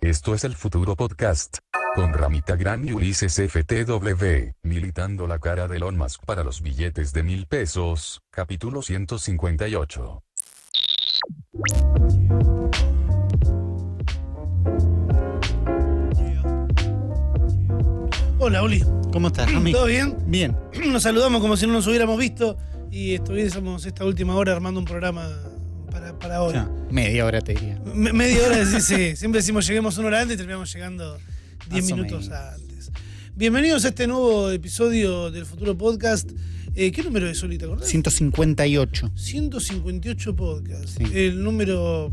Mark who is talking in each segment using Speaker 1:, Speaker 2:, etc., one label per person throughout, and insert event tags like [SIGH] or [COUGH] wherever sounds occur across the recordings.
Speaker 1: Esto es el futuro podcast. Con Ramita Gran y Ulises FTW, militando la cara de Elon Musk para los billetes de mil pesos, capítulo 158.
Speaker 2: Hola, Uli.
Speaker 3: ¿Cómo estás, Rami?
Speaker 2: ¿Todo bien? [CLEARS THROAT]
Speaker 3: Bien.
Speaker 2: Nos saludamos como si no nos hubiéramos visto y estuviésemos esta última hora armando un programa para, para hoy.
Speaker 3: Ya, media hora te diría.
Speaker 2: Me- media hora,
Speaker 3: [LAUGHS]
Speaker 2: sí, sí. Siempre decimos lleguemos una hora antes y terminamos llegando 10
Speaker 3: Más o
Speaker 2: minutos
Speaker 3: menos.
Speaker 2: antes. Bienvenidos a este nuevo episodio del Futuro Podcast. Eh, ¿Qué número es, Uli? ¿Te acordás?
Speaker 3: 158.
Speaker 2: 158 podcasts.
Speaker 3: Sí.
Speaker 2: El número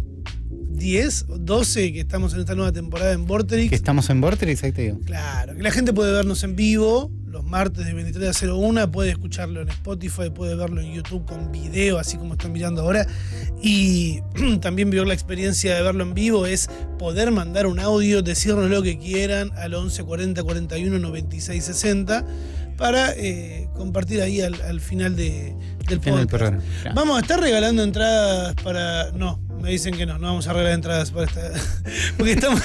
Speaker 2: 10, 12 que estamos en esta nueva temporada en Vorterix.
Speaker 3: Que estamos en Vortex, ahí te digo.
Speaker 2: Claro, que la gente puede vernos en vivo los martes de 23 a 01, puede escucharlo en Spotify, puede verlo en YouTube con video, así como están mirando ahora. Y [CLEARS THROAT] también vivir la experiencia de verlo en vivo es poder mandar un audio, decirnos lo que quieran al 11 40 41 96 60 para eh, compartir ahí al, al final de- del
Speaker 3: En el
Speaker 2: podcast.
Speaker 3: programa. Ya.
Speaker 2: Vamos a estar regalando entradas para. No, me dicen que no, no vamos a regalar entradas para esta. [LAUGHS] Porque estamos.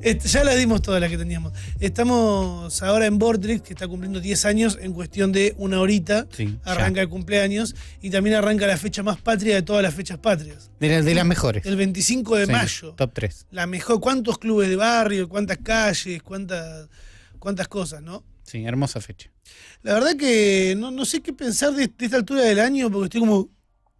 Speaker 2: Este, ya las dimos todas las que teníamos. Estamos ahora en Bortrix, que está cumpliendo 10 años en cuestión de una horita.
Speaker 3: Sí, ya.
Speaker 2: Arranca el cumpleaños y también arranca la fecha más patria de todas las fechas patrias.
Speaker 3: De, la- de las mejores.
Speaker 2: El 25 de
Speaker 3: Sí,
Speaker 2: mayo.
Speaker 3: Top 3.
Speaker 2: La mejor. ¿Cuántos clubes de barrio? ¿Cuántas calles? ¿Cuántas, cuántas cosas, no?
Speaker 3: Sí, hermosa fecha.
Speaker 2: La verdad que no, no sé qué pensar de, de esta altura del año porque estoy como...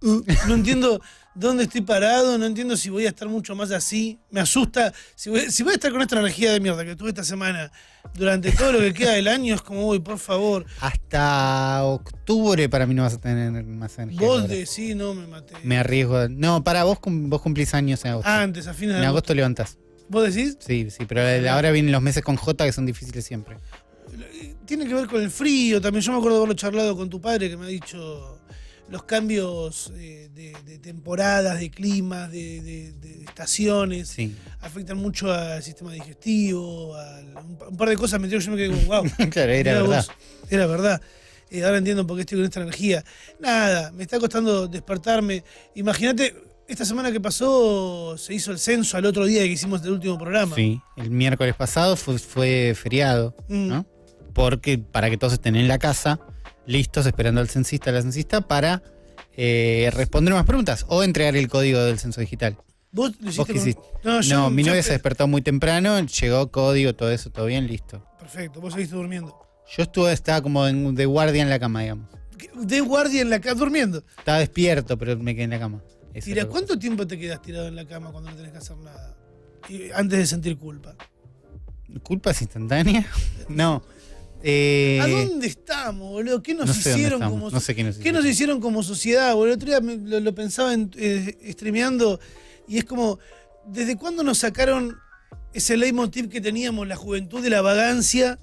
Speaker 2: uh, no entiendo [LAUGHS] dónde estoy parado, no entiendo si voy a estar mucho más así. Me asusta. Si voy, si voy a estar con esta energía de mierda que tuve esta semana durante todo lo que queda del año, es como, uy, por favor,
Speaker 3: Hasta octubre para mí no vas a tener más energía.
Speaker 2: vos
Speaker 3: ahora.
Speaker 2: de sí, no me maté.
Speaker 3: Me arriesgo. No, para vos, cum- vos cumplís años en agosto.
Speaker 2: Antes, a fines
Speaker 3: en
Speaker 2: de agosto.
Speaker 3: agosto levantás.
Speaker 2: ¿Vos decís?
Speaker 3: Sí, sí, pero el- ahora vienen los meses con J que son difíciles siempre.
Speaker 2: Tiene que ver con el frío también. Yo me acuerdo de haberlo charlado con tu padre que me ha dicho los cambios eh, de, de temporadas, de climas, de, de- de estaciones.
Speaker 3: Sí.
Speaker 2: afectan mucho al sistema digestivo, a un, pa- un par de cosas, me entero, yo me quedé como, wow.
Speaker 3: [LAUGHS] claro, [LAUGHS] era verdad.
Speaker 2: Era verdad. Eh, ahora entiendo por qué estoy con esta energía. Nada, me está costando despertarme. Imagínate, esta semana que pasó se hizo el censo al otro día que hicimos el último programa.
Speaker 3: Sí. El miércoles pasado fue, fue feriado.
Speaker 2: Mm.
Speaker 3: ¿no? Porque para que todos estén en la casa, listos, esperando al censista, a la censista, para eh, responder más preguntas o entregar el código del censo digital.
Speaker 2: ¿Vos lo hiciste?
Speaker 3: qué
Speaker 2: con-
Speaker 3: hiciste?
Speaker 2: No, yo-
Speaker 3: No, mi
Speaker 2: yo-
Speaker 3: novia se despertó muy temprano, llegó código, todo eso, todo bien, listo.
Speaker 2: Perfecto, vos seguiste durmiendo.
Speaker 3: Yo estuve, estaba como en- de guardia en la cama, digamos.
Speaker 2: ¿Qué- De guardia en la cama, durmiendo.
Speaker 3: Estaba despierto, pero me quedé en la cama.
Speaker 2: Tira,
Speaker 3: Eso es lo que-
Speaker 2: ¿cuánto tiempo te quedas tirado en la cama cuando no tenés que hacer nada? Y- antes de sentir culpa.
Speaker 3: ¿Culpa es instantánea? [LAUGHS] no. Eh,
Speaker 2: ¿A dónde estamos, boludo? ¿Qué nos
Speaker 3: no sé dónde
Speaker 2: hicieron
Speaker 3: estamos,
Speaker 2: como
Speaker 3: no sé qué nos
Speaker 2: ¿Qué nos hicieron como sociedad? boludo? el otro día me- lo, lo pensaba en, eh, streameando y es como, ¿desde cuándo nos sacaron ese leitmotiv que teníamos, la juventud de la vagancia?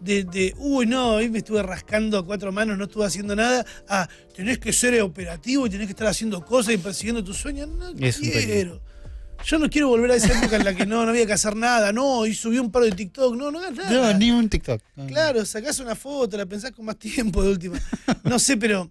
Speaker 2: De, de, uy, no, hoy me estuve rascando a cuatro manos, no estuve haciendo nada. Ah, tenés que ser operativo y tenés que estar haciendo cosas y persiguiendo tus sueños. No
Speaker 3: Es un
Speaker 2: quiero. Yo no quiero volver a esa época en la que no, no había que hacer nada. No, y subí un par de TikTok. No, no hagas nada.
Speaker 3: No, ni un TikTok. No, no.
Speaker 2: Claro, sacás una foto, la pensás con más [LAUGHS] tiempo de última. No sé, pero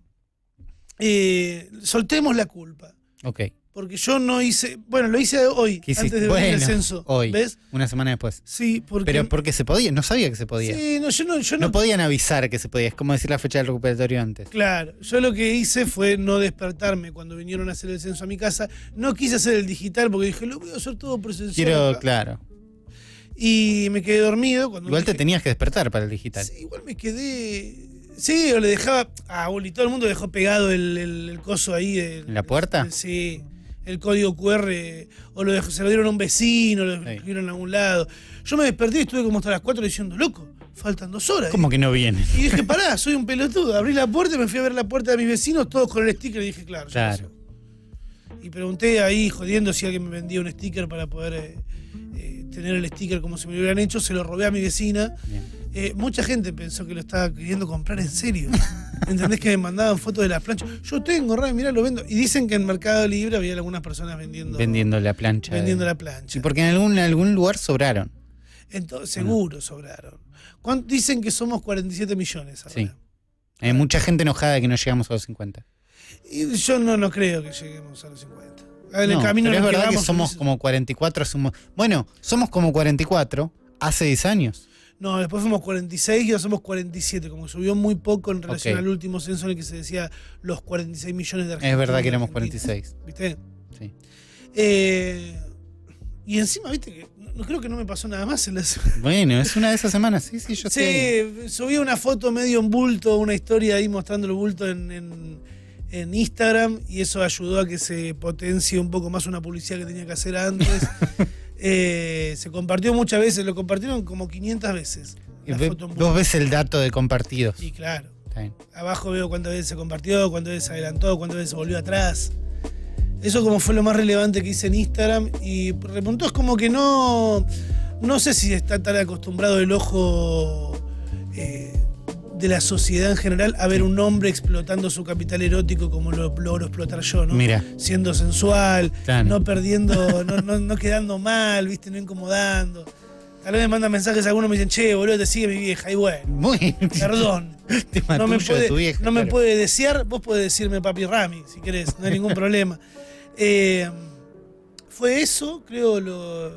Speaker 2: eh, soltemos la culpa.
Speaker 3: Ok.
Speaker 2: Porque yo no hice. Bueno, lo hice hoy,
Speaker 3: ¿Qué
Speaker 2: antes
Speaker 3: hiciste?
Speaker 2: de venir el
Speaker 3: Bueno,
Speaker 2: censo.
Speaker 3: Hoy.
Speaker 2: ¿Ves?
Speaker 3: Una semana después.
Speaker 2: Sí, porque.
Speaker 3: Pero porque se podía, no sabía que se podía.
Speaker 2: Sí, no, yo no. yo
Speaker 3: [LAUGHS] No
Speaker 2: no-
Speaker 3: podían avisar que se podía, es como decir la fecha del recuperatorio antes.
Speaker 2: claro, yo lo que hice fue no despertarme cuando vinieron a hacer el censo a mi casa. No quise hacer el digital porque dije, lo voy a hacer todo presencial.
Speaker 3: Quiero,
Speaker 2: acá.
Speaker 3: claro.
Speaker 2: Y me quedé dormido. Cuando
Speaker 3: Igual te
Speaker 2: dije-
Speaker 3: tenías que despertar para el digital.
Speaker 2: Sí, igual me quedé. Sí, o le dejaba. Ah, boli, todo el mundo dejó pegado el, el- el coso ahí. el-
Speaker 3: ¿En la puerta?
Speaker 2: Sí, el código QR. O lo dejó, se lo dieron a un vecino, lo
Speaker 3: Sí.
Speaker 2: escribieron a algún lado. Yo me desperté y estuve como hasta las 4 diciendo, loco, faltan dos horas.
Speaker 3: ¿Cómo que no viene?
Speaker 2: Y dije, pará, soy un pelotudo. Abrí la puerta y me fui a ver la puerta de mis vecinos, todos con el sticker. Y dije, claro, ya
Speaker 3: Claro.
Speaker 2: pasó". Y pregunté ahí, jodiendo, si alguien me vendía un sticker para poder eh, eh, tener el sticker como si me lo hubieran hecho. Se lo robé a mi vecina.
Speaker 3: Bien.
Speaker 2: Eh, mucha gente pensó que lo estaba queriendo comprar en serio. ¿Entendés que me mandaban fotos de las planchas? Yo tengo, Ray, mirá, lo vendo. Y dicen que en Mercado Libre había algunas personas vendiendo,
Speaker 3: Vendiendo la plancha. eh.
Speaker 2: vendiendo
Speaker 3: de-
Speaker 2: la plancha.
Speaker 3: Sí, porque en algún, en algún lugar sobraron.
Speaker 2: Entonces, seguro sobraron. ¿Cuán- Dicen que somos 47 millones ahora.
Speaker 3: Sí. Hay mucha gente enojada de que no llegamos a los 50.
Speaker 2: Y yo no, no creo que lleguemos a los 50. En el
Speaker 3: No,
Speaker 2: camino
Speaker 3: pero
Speaker 2: en el
Speaker 3: es
Speaker 2: que
Speaker 3: verdad que
Speaker 2: vamos,
Speaker 3: somos
Speaker 2: Ulises.
Speaker 3: como 44, somos- bueno, somos como 44 hace 10 años.
Speaker 2: No, después fuimos 46 y ahora somos 47, como que subió muy poco en relación
Speaker 3: Ok.
Speaker 2: al último censo en el que se decía los 46 millones de argentinos.
Speaker 3: Es verdad que
Speaker 2: en
Speaker 3: éramos
Speaker 2: Argentina,
Speaker 3: 46.
Speaker 2: ¿Viste?
Speaker 3: Sí.
Speaker 2: Eh, y encima, viste, que no, no creo que no me pasó nada más en la [LAUGHS] semana.
Speaker 3: Bueno, es una de esas semanas. Sí, sí, yo sé.
Speaker 2: Sí, subí una foto medio en bulto, una historia ahí mostrando el bulto en, en- en Instagram y eso ayudó a que se potencie un poco más una publicidad que tenía que hacer
Speaker 3: [LAUGHS]
Speaker 2: antes. Eh, se compartió muchas veces, lo compartieron como 500 veces. La
Speaker 3: Ve-
Speaker 2: foto en bulto.
Speaker 3: Vos ves el dato de compartidos.
Speaker 2: Y claro.
Speaker 3: Está bien.
Speaker 2: Abajo veo cuántas veces se compartió, cuántas veces se adelantó, cuántas veces se volvió atrás. Eso como fue lo más relevante que hice en Instagram y repuntó es como que no no sé si está tan acostumbrado el ojo eh, de la sociedad en general a ver un hombre explotando su capital erótico como lo logro explotar yo, ¿no?
Speaker 3: Mira,
Speaker 2: Siendo sensual,
Speaker 3: Claro.
Speaker 2: no perdiendo, no, no- no quedando mal, viste, no incomodando. Tal vez me mandan mensajes a algunos me dicen, che, boludo, te sigue mi vieja, y
Speaker 3: [LAUGHS]
Speaker 2: bueno,
Speaker 3: muy.
Speaker 2: perdón
Speaker 3: tema
Speaker 2: no me,
Speaker 3: tuyo, de
Speaker 2: puede,
Speaker 3: tu vieja,
Speaker 2: no me
Speaker 3: claro.
Speaker 2: puede desear, vos podés decirme papi Rami, si querés, no hay ningún problema. [LAUGHS] Eh, fue eso, creo, lo,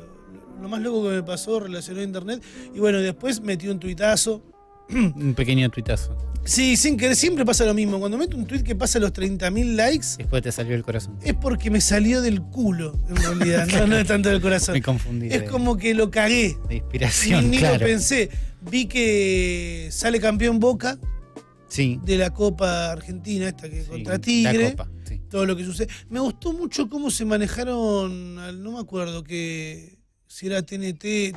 Speaker 2: lo más loco que me pasó relacionado a internet. Y bueno, después metí un tuitazo.
Speaker 3: Un pequeño tuitazo.
Speaker 2: Sí, sin querer, siempre pasa lo mismo. Cuando meto un tuit que pasa los 30.000 likes,
Speaker 3: Después te salió el corazón.
Speaker 2: es porque me salió del culo, en realidad, no, no es tanto del
Speaker 3: Me
Speaker 2: corazón.
Speaker 3: confundí.
Speaker 2: Es
Speaker 3: de,
Speaker 2: como que lo cagué.
Speaker 3: de
Speaker 2: Ni,
Speaker 3: inspiración,
Speaker 2: ni lo
Speaker 3: claro.
Speaker 2: pensé. Vi que sale campeón Boca
Speaker 3: Sí.
Speaker 2: de la Copa Argentina, esta que
Speaker 3: sí,
Speaker 2: contra
Speaker 3: La
Speaker 2: Tigre.
Speaker 3: copa, sí.
Speaker 2: todo lo que sucede. Me gustó mucho cómo se manejaron, al- no me acuerdo que si era TNT,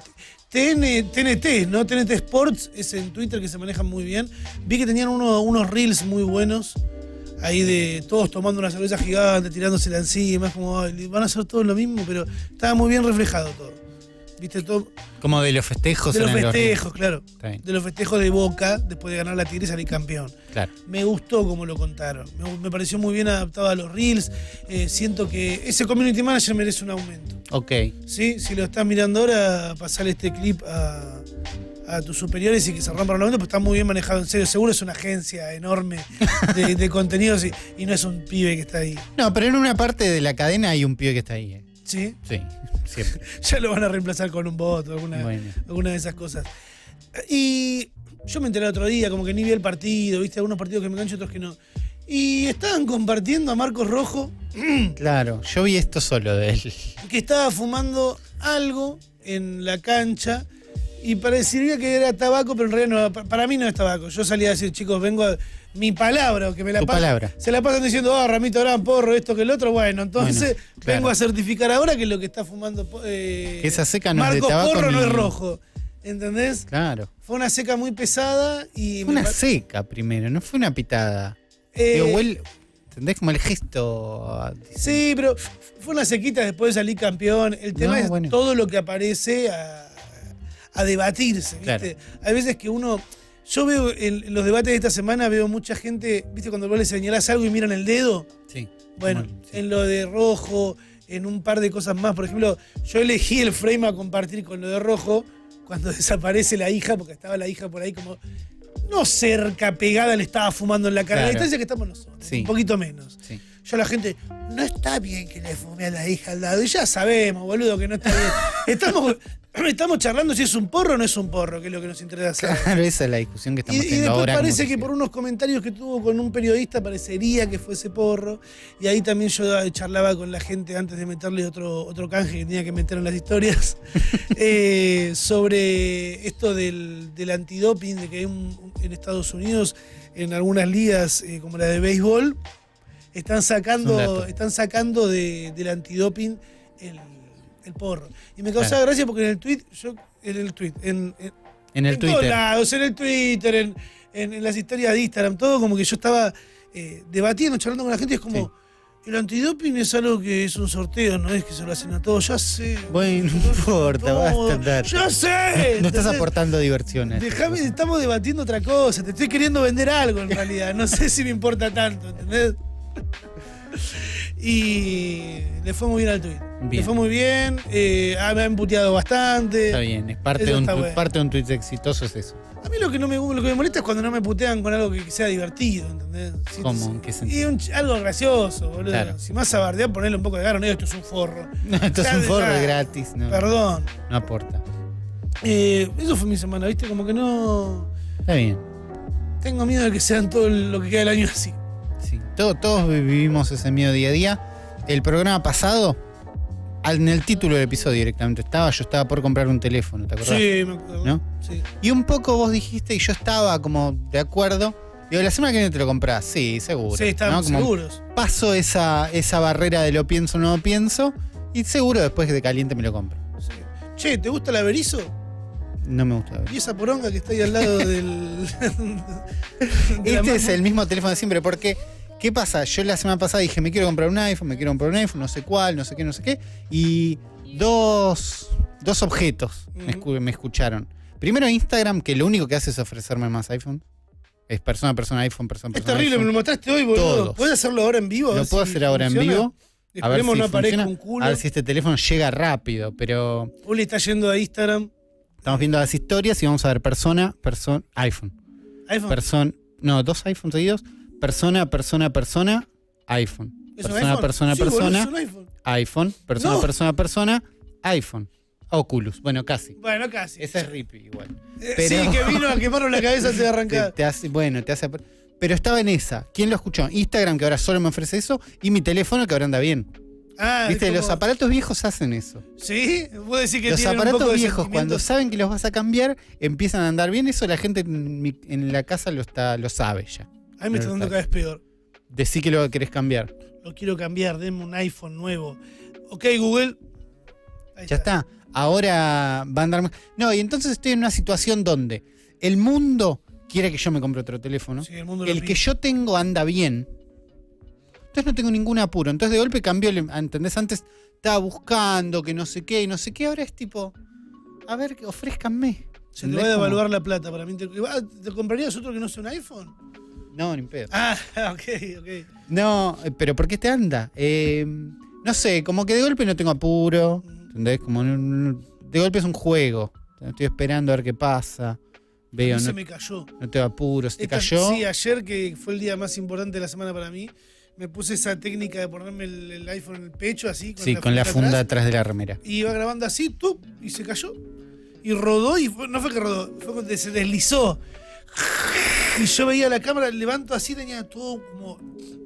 Speaker 2: TN, TNT, ¿no? TNT Sports es en Twitter que se manejan muy bien. Vi que tenían uno- unos reels muy buenos. Ahí de todos tomando una cerveza gigante, tirándosela encima, es como "Ay, van a hacer todo lo mismo, pero estaba muy bien reflejado todo. ¿Viste? Todo,
Speaker 3: Como de los festejos.
Speaker 2: de los
Speaker 3: eran
Speaker 2: festejos, claro.
Speaker 3: Está bien,
Speaker 2: De los festejos de Boca, después de ganar la Tigre y salir campeón
Speaker 3: claro.
Speaker 2: me gustó como lo contaron. Me, me pareció muy bien adaptado a los reels. Eh, siento que ese community manager merece un aumento.
Speaker 3: Ok.
Speaker 2: ¿sí? Si lo estás mirando ahora, pasale este clip a, a tus superiores y que se rompa un aumento, pues está muy bien manejado en serio. Seguro es una agencia enorme de, de contenidos y, y no es un pibe que está ahí.
Speaker 3: No, pero en una parte de la cadena hay un pibe que está ahí. ¿eh?
Speaker 2: ¿sí?
Speaker 3: Sí, siempre.
Speaker 2: Ya lo van a reemplazar con un bot o alguna,
Speaker 3: Bueno.
Speaker 2: alguna de esas cosas. Y yo me enteré el otro día, como que ni vi el partido, viste algunos partidos que me engancho, otros que no. Y estaban compartiendo a Marcos Rojo
Speaker 3: [LAUGHS] Claro, yo vi esto solo de él.
Speaker 2: que estaba fumando algo en la cancha y parecía que era tabaco, pero en realidad no, pa- para mí no es tabaco. Yo salía a decir, chicos, vengo a mi palabra, que me la
Speaker 3: Tu
Speaker 2: pasan-
Speaker 3: palabra.
Speaker 2: Se la pasan diciendo, ah, Ramito Gran, porro, esto que el otro. Bueno, entonces
Speaker 3: Bueno, claro.
Speaker 2: vengo a certificar ahora que lo que está fumando eh,
Speaker 3: Que esa seca no es de
Speaker 2: Marcos
Speaker 3: tabaco
Speaker 2: Porro no
Speaker 3: ni-
Speaker 2: es rojo. ¿Entendés?
Speaker 3: Claro.
Speaker 2: Fue una seca muy pesada y.
Speaker 3: Fue
Speaker 2: me
Speaker 3: una
Speaker 2: pa-
Speaker 3: seca primero, no fue una pitada.
Speaker 2: eh,
Speaker 3: Digo, huele- ¿Entendés como el gesto? ah,
Speaker 2: Sí, pero fue una sequita después de salir campeón. El tema
Speaker 3: No,
Speaker 2: es
Speaker 3: bueno.
Speaker 2: todo lo que aparece a, a debatirse, ¿viste? Hay veces que uno. Yo veo en en los debates de esta semana, veo mucha gente, ¿viste? Cuando vos le señalás algo y miran el dedo.
Speaker 3: Sí.
Speaker 2: Bueno,
Speaker 3: Como- sí.
Speaker 2: en lo de rojo, en un par de cosas más. Por ejemplo, yo elegí el frame a compartir con lo de rojo cuando [LAUGHS] desaparece la hija, porque estaba la hija por ahí como. No cerca, pegada, le estaba fumando en la cara. A La
Speaker 3: Claro.
Speaker 2: distancia que estamos nosotros,
Speaker 3: Sí.
Speaker 2: un poquito menos.
Speaker 3: Sí.
Speaker 2: Yo la gente, no está bien que le fume a la hija al lado. Y ya sabemos, boludo, que no está bien. Estamos, [LAUGHS] estamos charlando si es un porro o no es un porro, que es lo que nos interesa. saber.
Speaker 3: Claro, esa es la discusión que
Speaker 2: Y, y
Speaker 3: estamos teniendo
Speaker 2: después
Speaker 3: ahora. como
Speaker 2: parece que
Speaker 3: sociedad.
Speaker 2: por unos comentarios que tuvo con un periodista parecería que fuese porro. Y ahí también yo eh, charlaba con la gente antes de meterle otro, otro canje que tenía que meter en las historias [LAUGHS] eh, sobre esto del, del antidoping, de que hay un- un- en Estados Unidos, en algunas ligas eh, como la de béisbol, están
Speaker 3: Un
Speaker 2: sacando,
Speaker 3: dato.
Speaker 2: están sacando de- del antidoping el, el porro. Y me causaba
Speaker 3: Claro.
Speaker 2: gracia porque en el tweet, yo, en el tweet, en- en,
Speaker 3: En el
Speaker 2: en todos
Speaker 3: Twitter.
Speaker 2: lados, en el Twitter, en, en- en las historias de Instagram, todo como que yo estaba eh, debatiendo, charlando con la gente, y es como, el antidoping es algo que es un sorteo, no es que se lo hacen a todos, ya sé.
Speaker 3: Bueno, no importa,
Speaker 2: No,
Speaker 3: basta. andate.
Speaker 2: Ya sé.
Speaker 3: No estás
Speaker 2: ¿entendés?
Speaker 3: aportando diversiones.
Speaker 2: Dejame, estamos debatiendo otra cosa, te
Speaker 3: [LAUGHS]
Speaker 2: estoy queriendo vender algo en realidad, no sé si me importa tanto, ¿entendés? Y le fue muy bien al tweet. Le
Speaker 3: Bien.
Speaker 2: fue muy bien, eh, ah, me han puteado bastante.
Speaker 3: Está bien, es parte
Speaker 2: Eso
Speaker 3: de, un
Speaker 2: está
Speaker 3: tuit-
Speaker 2: bueno.
Speaker 3: parte de un tweet exitoso es eso. [LAUGHS]
Speaker 2: A mí lo que, no me, lo que me molesta es cuando no me putean con algo que sea divertido, ¿entendés? Si-
Speaker 3: ¿Cómo? ¿En qué sentido?
Speaker 2: Y un ch- algo gracioso, boludo.
Speaker 3: Claro.
Speaker 2: Si más a bardear, ponele un poco de garo, no digo esto es un forro.
Speaker 3: No, esto es
Speaker 2: Ya,
Speaker 3: un forro
Speaker 2: ya.
Speaker 3: es gratis, no,
Speaker 2: Perdón.
Speaker 3: no aporta.
Speaker 2: Eh, eso fue mi semana, ¿viste? Como que no.
Speaker 3: Está bien.
Speaker 2: Tengo miedo de que sean todo el- lo que queda del año así.
Speaker 3: Sí, todo- todos vivimos ese miedo día a día. El programa pasado, al- en el título del episodio directamente estaba, yo estaba por comprar un teléfono, ¿te acordás?
Speaker 2: Sí, me acuerdo.
Speaker 3: ¿No?
Speaker 2: Sí.
Speaker 3: Y un poco vos dijiste, y yo estaba como de acuerdo. Digo, la semana que viene te lo comprás, sí, seguro.
Speaker 2: Sí, están
Speaker 3: ¿no? Como
Speaker 2: seguros.
Speaker 3: Paso esa, esa barrera de lo pienso o no lo pienso, y seguro después de caliente me lo compro.
Speaker 2: Sí. Che, ¿te gusta la Berizo?
Speaker 3: No me gusta.
Speaker 2: Y esa poronga que está ahí al lado
Speaker 3: [LAUGHS]
Speaker 2: del. de la
Speaker 3: Este es
Speaker 2: Macbook.
Speaker 3: el mismo teléfono de siempre, porque ¿qué pasa? Yo la semana pasada dije, me quiero comprar un iPhone, me quiero comprar un iPhone, no sé cuál, no sé qué, no sé qué. Y dos, dos objetos me, escu- me escucharon. Primero Instagram, que lo único que hace es ofrecerme más iPhone. Es persona a persona, iPhone, persona a
Speaker 2: Es
Speaker 3: persona.
Speaker 2: terrible, me
Speaker 3: iPhone.
Speaker 2: lo mostraste hoy, boludo.
Speaker 3: Todos.
Speaker 2: ¿Puedes hacerlo ahora en vivo? A
Speaker 3: Lo
Speaker 2: ver
Speaker 3: puedo
Speaker 2: si
Speaker 3: hacer ahora
Speaker 2: funciona?
Speaker 3: en vivo. A ver,
Speaker 2: Esperemos
Speaker 3: si
Speaker 2: no aparezca
Speaker 3: funciona,
Speaker 2: un culo.
Speaker 3: a ver si este teléfono llega rápido, pero
Speaker 2: Uli está yendo a Instagram.
Speaker 3: estamos viendo las historias y vamos a ver persona, persona, iPhone.
Speaker 2: iPhone.
Speaker 3: Persona, no, dos iPhone seguidos. Persona, persona, persona, iPhone.
Speaker 2: ¿Es un
Speaker 3: Persona,
Speaker 2: iPhone?
Speaker 3: persona,
Speaker 2: Sí, boludo,
Speaker 3: persona.
Speaker 2: es un iPhone.
Speaker 3: iPhone, persona,
Speaker 2: No.
Speaker 3: persona, persona, iPhone. Oculus, bueno, casi.
Speaker 2: Bueno, casi.
Speaker 3: Esa es Rippy igual.
Speaker 2: Eh,
Speaker 3: pero-
Speaker 2: Sí, que vino a quemarnos la cabeza antes de
Speaker 3: Te,
Speaker 2: arrancar.
Speaker 3: te hace, bueno, te hace... Pero estaba en esa. ¿Quién lo escuchó? Instagram, que ahora solo me ofrece eso, y mi teléfono, que ahora anda bien.
Speaker 2: Ah,
Speaker 3: Viste,
Speaker 2: como-
Speaker 3: los aparatos viejos hacen eso.
Speaker 2: Sí, puedo decir que
Speaker 3: Los
Speaker 2: tienen un
Speaker 3: aparatos
Speaker 2: poco de
Speaker 3: viejos,
Speaker 2: sentimiento.
Speaker 3: cuando saben que los vas a cambiar, empiezan a andar bien. Eso la gente en, mi- en la casa lo, está, lo sabe ya.
Speaker 2: A mí me está dando cada vez peor.
Speaker 3: Decí que lo querés cambiar.
Speaker 2: Lo quiero cambiar, denme un iPhone nuevo. Ok, Google. Ahí
Speaker 3: Ya está. Ahora va a andar más. No, y entonces estoy en una situación donde el mundo quiere que yo me compre otro teléfono.
Speaker 2: Sí, el mundo lo
Speaker 3: el que
Speaker 2: pide.
Speaker 3: yo tengo anda bien. Entonces no tengo ningún apuro. Entonces de golpe cambió, el- ¿entendés? Antes estaba buscando que no sé qué y no sé qué. Ahora es tipo, a ver, que ofrézcanme.
Speaker 2: Se te va
Speaker 3: ¿Entendés?
Speaker 2: a
Speaker 3: Como-
Speaker 2: devaluar la plata para mí. ¿Te, ah, ¿te comprarías otro que no sea un iPhone?
Speaker 3: No, ni pedo.
Speaker 2: Ah, [LAUGHS] ok, ok.
Speaker 3: No, eh, pero ¿por qué te anda? Eh, no sé, como que de golpe no tengo apuro. ¿Entendés? Como no- no- de golpe es un juego. Estoy esperando a ver qué pasa.
Speaker 2: A mí
Speaker 3: Veo,
Speaker 2: se
Speaker 3: no,
Speaker 2: me cayó.
Speaker 3: no te apuro, se te
Speaker 2: Esta-
Speaker 3: cayó.
Speaker 2: Sí, ayer, que fue el día más importante de la semana para mí, me puse esa técnica de ponerme el, el iPhone en el pecho, así.
Speaker 3: Sí, con la funda
Speaker 2: atrás,
Speaker 3: atrás de la remera.
Speaker 2: y iba grabando así, tú, y se cayó. Y rodó, y fue- no fue que rodó, fue cuando se deslizó. Y yo veía la cámara, levanto así, tenía todo como.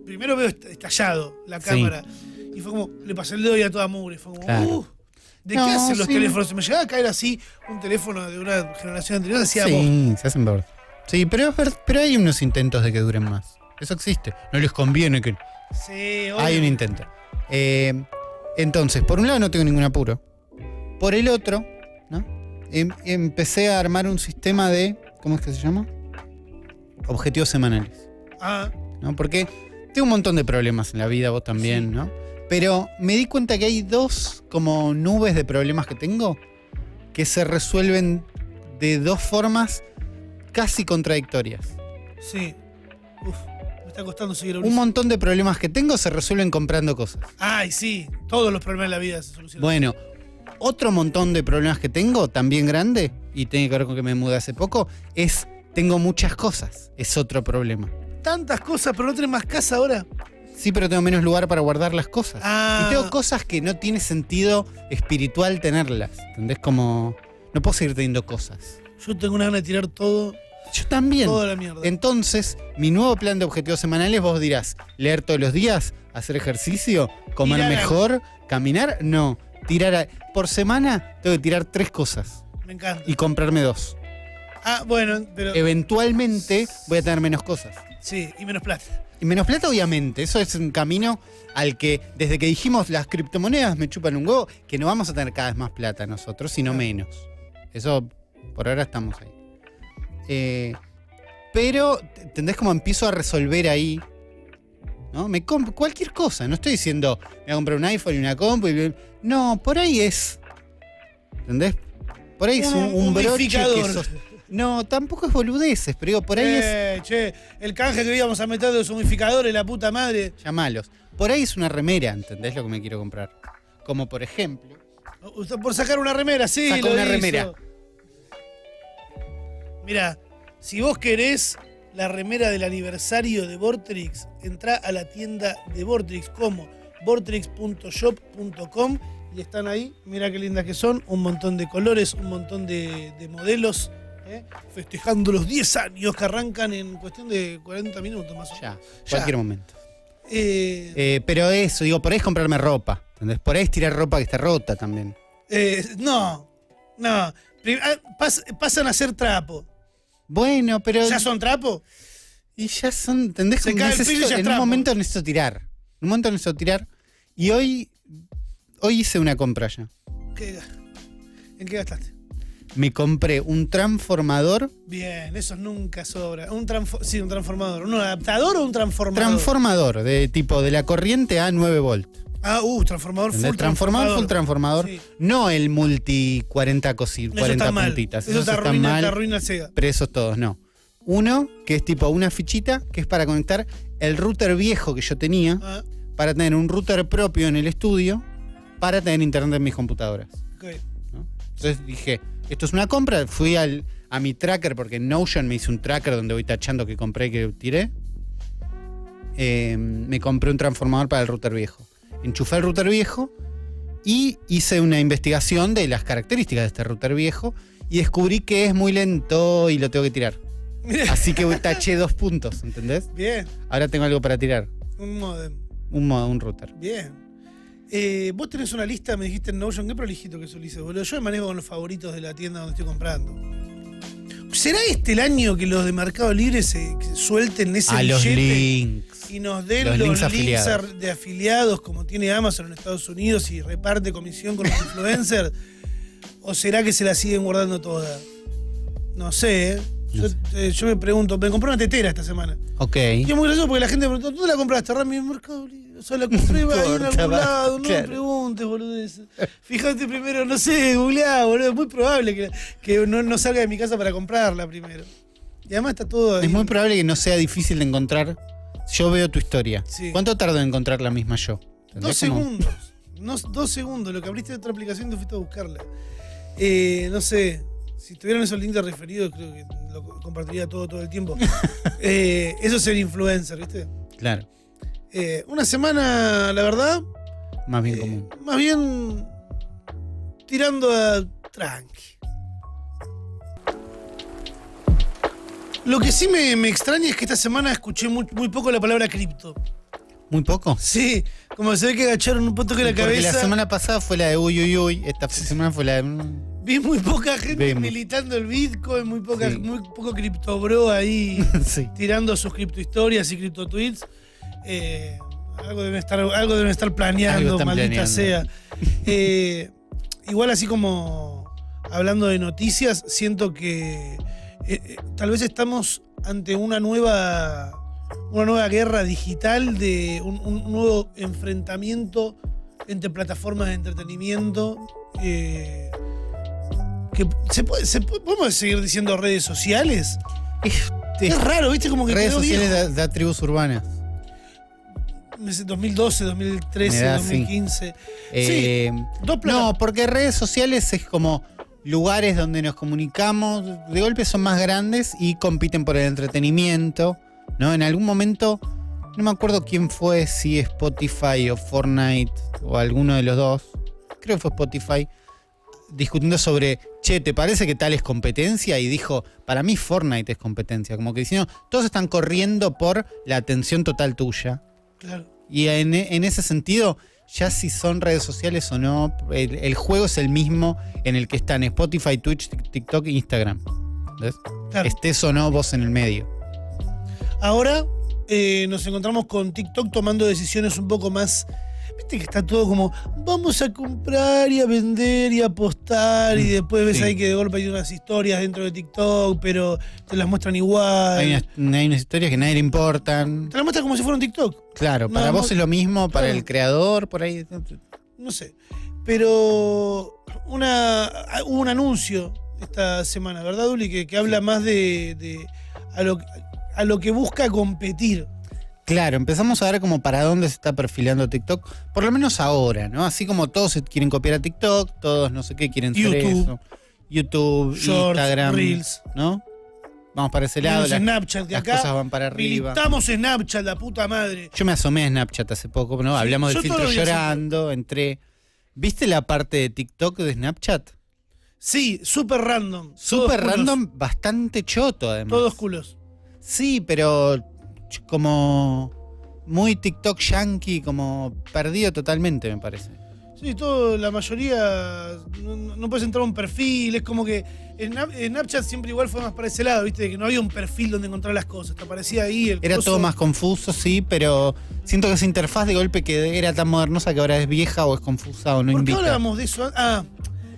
Speaker 2: Primero veo est- estallado la
Speaker 3: Sí.
Speaker 2: cámara. Y fue como, le pasé el dedo y a toda mugre. Fue como,
Speaker 3: Claro.
Speaker 2: "Uh, ¿De
Speaker 3: No,
Speaker 2: qué hacen los
Speaker 3: sí.
Speaker 2: teléfonos? Se me llegaba a caer así un teléfono de una generación anterior, decía vos.
Speaker 3: Sí, se hacen ver. Sí, pero, es ver- pero hay unos intentos de que duren más. Eso existe. No les conviene que.
Speaker 2: Sí, obvio.
Speaker 3: Hay un intento. Eh, entonces, por un lado no tengo ningún apuro. Por el otro, ¿no? Em- empecé a armar un sistema de. ¿Cómo es que se llama? Objetivos semanales.
Speaker 2: Ah,
Speaker 3: ¿no? Porque tengo un montón de problemas en la vida, vos también,
Speaker 2: Sí.
Speaker 3: ¿no? Pero me di cuenta que hay dos como nubes de problemas que tengo que se resuelven de dos formas casi contradictorias.
Speaker 2: sí. Uf, me está costando seguir a
Speaker 3: Un
Speaker 2: Ulises.
Speaker 3: montón de problemas que tengo se resuelven comprando cosas.
Speaker 2: Ay, sí, todos los problemas de la vida se solucionan.
Speaker 3: Bueno, otro montón de problemas que tengo, también grande, y tiene que ver con que me mudé hace poco, es tengo muchas cosas. Es otro problema.
Speaker 2: Tantas cosas, pero no tenés más casa ahora.
Speaker 3: Sí, pero tengo menos lugar para guardar las cosas.
Speaker 2: Ah,
Speaker 3: Y tengo cosas que no tiene sentido espiritual tenerlas. ¿Entendés? Como. No puedo seguir teniendo cosas.
Speaker 2: yo tengo una gana de tirar todo,
Speaker 3: Yo también.
Speaker 2: toda la mierda.
Speaker 3: Entonces, mi nuevo plan de objetivos semanales, vos dirás, leer todos los días, hacer ejercicio, comer
Speaker 2: Tirar algo.
Speaker 3: mejor, caminar. No, tirar. a- Por semana tengo que tirar tres cosas
Speaker 2: Me encanta.
Speaker 3: y Eh, comprarme dos.
Speaker 2: Ah, bueno, pero
Speaker 3: Eventualmente voy a tener menos cosas.
Speaker 2: sí, y menos plata.
Speaker 3: Y menos plata, obviamente. Eso es un camino al que, desde que dijimos las criptomonedas me chupan un huevo, que no vamos a tener cada vez más plata nosotros, sino
Speaker 2: Claro.
Speaker 3: menos. Eso, por ahora estamos ahí. Eh, pero, t- ¿entendés cómo empiezo a resolver ahí? ¿No? Me compro cualquier cosa. No estoy diciendo, me voy a comprar un iPhone y una compu. y bla- No, por ahí es. ¿Entendés? Por ahí es un, un broche que
Speaker 2: unificador.
Speaker 3: sos- No, tampoco es boludeces, pero digo, por ahí es
Speaker 2: Eh, che, el canje que íbamos a meter de los humificadores, la puta madre.
Speaker 3: llamalos. Por ahí es una remera, ¿entendés lo que me quiero comprar? Como por ejemplo,
Speaker 2: Usted por sacar una remera, sí,
Speaker 3: Sacó
Speaker 2: lo
Speaker 3: una
Speaker 2: hizo.
Speaker 3: remera.
Speaker 2: Mirá, si vos querés la remera del aniversario de Vortrix, entrá a la tienda de Vortrix como vortrix.shop.com y están ahí, mirá qué lindas que son, un montón de colores, un montón de, de modelos, ¿eh? festejando los 10 años que arrancan en cuestión de 40 minutos más o menos.
Speaker 3: ya, cualquier
Speaker 2: Eh,
Speaker 3: momento. Eh, pero eso, digo, por ahí es comprarme ropa. ¿entendés? Por ahí es tirar ropa que está rota también.
Speaker 2: eh, no, no, Pri- ah, pas- pasan a ser trapo.
Speaker 3: Bueno, pero.
Speaker 2: ¿Ya son trapo?
Speaker 3: Y ya son, ¿entendés?
Speaker 2: Se
Speaker 3: Como
Speaker 2: cae el
Speaker 3: necesito-
Speaker 2: piso y ya
Speaker 3: en un
Speaker 2: estamos.
Speaker 3: momento necesito tirar. En un momento necesito tirar. Y hoy, hoy hice una compra ya.
Speaker 2: ¿Qué- ¿En qué gastaste?
Speaker 3: Me compré un transformador.
Speaker 2: Bien, esos nunca sobra. Un transfo- sí, un transformador. ¿Un adaptador o un transformador?
Speaker 3: Transformador, de tipo de la corriente a 9 volt.
Speaker 2: ah, uh, transformador full.
Speaker 3: ¿entendés? Transformador, full transformador.
Speaker 2: Sí.
Speaker 3: No el multi 40 cosi,
Speaker 2: Eso está
Speaker 3: 40
Speaker 2: mal.
Speaker 3: puntitas.
Speaker 2: Eso te
Speaker 3: esos están
Speaker 2: arruina,
Speaker 3: mal,
Speaker 2: te arruina el Sega.
Speaker 3: pero esos todos no. Uno, que es tipo una fichita, que es para conectar el router viejo que yo tenía,
Speaker 2: Ah,
Speaker 3: para tener un router propio en el estudio, para tener internet en mis computadoras.
Speaker 2: ok.
Speaker 3: Entonces dije, esto es una compra. Fui al, a mi tracker, porque en Notion me hice un tracker donde voy tachando que compré y que tiré. Eh, me compré un transformador para el router viejo. Enchufé el router viejo y hice una investigación de las características de este router viejo y descubrí que es muy lento y lo tengo que tirar.
Speaker 2: Mirá,
Speaker 3: Así que taché dos puntos, ¿entendés?
Speaker 2: bien,
Speaker 3: Ahora tengo algo para tirar.
Speaker 2: un modem.
Speaker 3: Un, mo- un router.
Speaker 2: Bien. Eh, vos tenés una lista, me dijiste en Notion, qué prolijito que eso Ulises, boludo. Yo me manejo con los favoritos de la tienda donde estoy comprando. ¿Será este el año que los de Mercado Libre se que suelten ese
Speaker 3: A los
Speaker 2: billete?
Speaker 3: links.
Speaker 2: y nos den los,
Speaker 3: Los
Speaker 2: links,
Speaker 3: links afiliados.
Speaker 2: ar- de afiliados como tiene Amazon en Estados Unidos y reparte comisión con
Speaker 3: [LAUGHS]
Speaker 2: los influencers? ¿O será que se la siguen guardando toda? No sé, ¿eh?
Speaker 3: No
Speaker 2: yo,
Speaker 3: sé.
Speaker 2: eh, yo me pregunto, me compré una tetera esta semana.
Speaker 3: Ok.
Speaker 2: Y es muy gracioso porque la gente me preguntó, ¿dónde la compraste? Rami en Mercado Libre. O sea, la
Speaker 3: [LAUGHS]
Speaker 2: compré
Speaker 3: No
Speaker 2: ahí en
Speaker 3: importa,
Speaker 2: algún
Speaker 3: va,
Speaker 2: lado, no me
Speaker 3: claro.
Speaker 2: preguntes, boludeces. Fíjate primero, no sé, googleá, boludo. Es muy probable que, que no, no salga de mi casa para comprarla primero. Y además está todo ahí.
Speaker 3: Es muy probable que no sea difícil de encontrar. Yo veo tu historia.
Speaker 2: Sí.
Speaker 3: ¿Cuánto tardo en encontrar la misma yo?
Speaker 2: Dos
Speaker 3: ¿Entendés? Como-
Speaker 2: segundos. No, dos segundos. Lo que abriste de otra aplicación y te fuiste a buscarla. Eh, no sé. Si tuvieran esos links de referidos, creo que lo co- compartiría todo, todo el tiempo. Eh, eso es ser influencer, ¿viste?
Speaker 3: Claro,
Speaker 2: Eh, una semana, la verdad,
Speaker 3: más bien
Speaker 2: eh,
Speaker 3: común.
Speaker 2: más bien tirando a tranqui. Lo que sí me, me extraña es que esta semana escuché muy, muy poco la palabra cripto.
Speaker 3: ¿Muy poco?
Speaker 2: Sí, como se ve que agacharon un poco la
Speaker 3: Porque
Speaker 2: cabeza.
Speaker 3: la semana pasada fue la de uy, uy, uy. Esta semana fue la de. [LAUGHS] mm,
Speaker 2: Vi muy poca gente
Speaker 3: Vemos.
Speaker 2: militando el Bitcoin, muy, poca,
Speaker 3: Sí.
Speaker 2: muy poco criptobro ahí [LAUGHS]
Speaker 3: sí.
Speaker 2: tirando sus criptohistorias y criptotweets. Eh, algo, deben estar, algo deben estar
Speaker 3: Algo
Speaker 2: planeando,
Speaker 3: están
Speaker 2: maldita
Speaker 3: planeando. [LAUGHS]
Speaker 2: sea. Eh, igual así como hablando de noticias, siento que eh, eh, tal vez estamos ante una nueva, una nueva guerra digital, de un, un nuevo enfrentamiento entre plataformas de entretenimiento. eh, que se puede, se puede- ¿Podemos seguir diciendo redes sociales?
Speaker 3: Sí.
Speaker 2: Es raro, ¿viste? Como que
Speaker 3: Este, Redes
Speaker 2: quedó
Speaker 3: sociales
Speaker 2: viejo.
Speaker 3: de, de tribus urbanas.
Speaker 2: Me dice 2012, 2013,
Speaker 3: Me da, sí.
Speaker 2: 2015.
Speaker 3: Eh,
Speaker 2: Dos plata-
Speaker 3: no, porque redes sociales es como lugares donde nos comunicamos. De golpe son más grandes y compiten por el entretenimiento. ¿no? En algún momento, no me acuerdo quién fue, si Spotify o Fortnite o alguno de los dos. Creo que fue Spotify. Discutiendo sobre, che, ¿te parece que tal es competencia? Y dijo, para mí Fortnite es competencia. Como que diciendo, todos están corriendo por la atención total tuya.
Speaker 2: Claro.
Speaker 3: Y en, e, en ese sentido, ya si son redes sociales o no, el, el juego es el mismo en el que están Spotify, Twitch, Tik- TikTok e Instagram. ¿Ves?
Speaker 2: claro.
Speaker 3: Estés o no vos en el medio.
Speaker 2: Ahora eh, nos encontramos con TikTok tomando decisiones un poco más. Viste que está todo como, vamos a comprar y a vender y a apostar. Y
Speaker 3: Mm,
Speaker 2: después ves
Speaker 3: sí.
Speaker 2: ahí que de golpe hay unas historias dentro de TikTok, pero te las muestran igual.
Speaker 3: Hay unas, hay unas historias que nadie le importan.
Speaker 2: Te las muestran como si fuera un TikTok.
Speaker 3: Claro,
Speaker 2: No,
Speaker 3: para
Speaker 2: no-
Speaker 3: vos es lo mismo, para
Speaker 2: claro.
Speaker 3: el creador, por ahí.
Speaker 2: no sé. Pero una, hubo un anuncio esta semana, ¿verdad, Duli? Que, que habla más de, de- a, lo, a lo que busca competir.
Speaker 3: Claro, empezamos a ver como para dónde se está perfilando TikTok, por lo menos ahora, ¿no? Así como todos se quieren copiar a TikTok, todos no sé qué quieren ser
Speaker 2: YouTube.
Speaker 3: eso. YouTube,
Speaker 2: Shorts,
Speaker 3: Instagram,
Speaker 2: Reels.
Speaker 3: ¿no? Vamos para ese lado,
Speaker 2: Tenemos
Speaker 3: las,
Speaker 2: Snapchat, que
Speaker 3: las
Speaker 2: acá
Speaker 3: cosas van para arriba.
Speaker 2: militamos Snapchat, la puta madre.
Speaker 3: Yo me asomé a Snapchat hace poco, ¿no?
Speaker 2: Sí,
Speaker 3: Hablamos
Speaker 2: yo
Speaker 3: del filtro
Speaker 2: todos los días
Speaker 3: llorando, entré. ¿Viste la parte de TikTok de Snapchat?
Speaker 2: Sí, súper random. todos
Speaker 3: Súper
Speaker 2: culos,
Speaker 3: random, bastante choto además.
Speaker 2: Todos culos.
Speaker 3: Sí, pero ch- como muy TikTok yankee, como perdido totalmente, me parece.
Speaker 2: Sí, todo, la mayoría. No, no- no puedes entrar a un perfil, es como que. en Snap- en Snapchat siempre igual fue más para ese lado, ¿viste? Que no había un perfil donde encontrar las cosas. Te aparecía ahí el.
Speaker 3: Era
Speaker 2: coso.
Speaker 3: todo más confuso, sí, pero siento que esa interfaz de golpe que era tan modernosa que ahora es vieja o es confusa o no
Speaker 2: ¿Por qué
Speaker 3: invita.
Speaker 2: hablábamos de eso? an- Ah,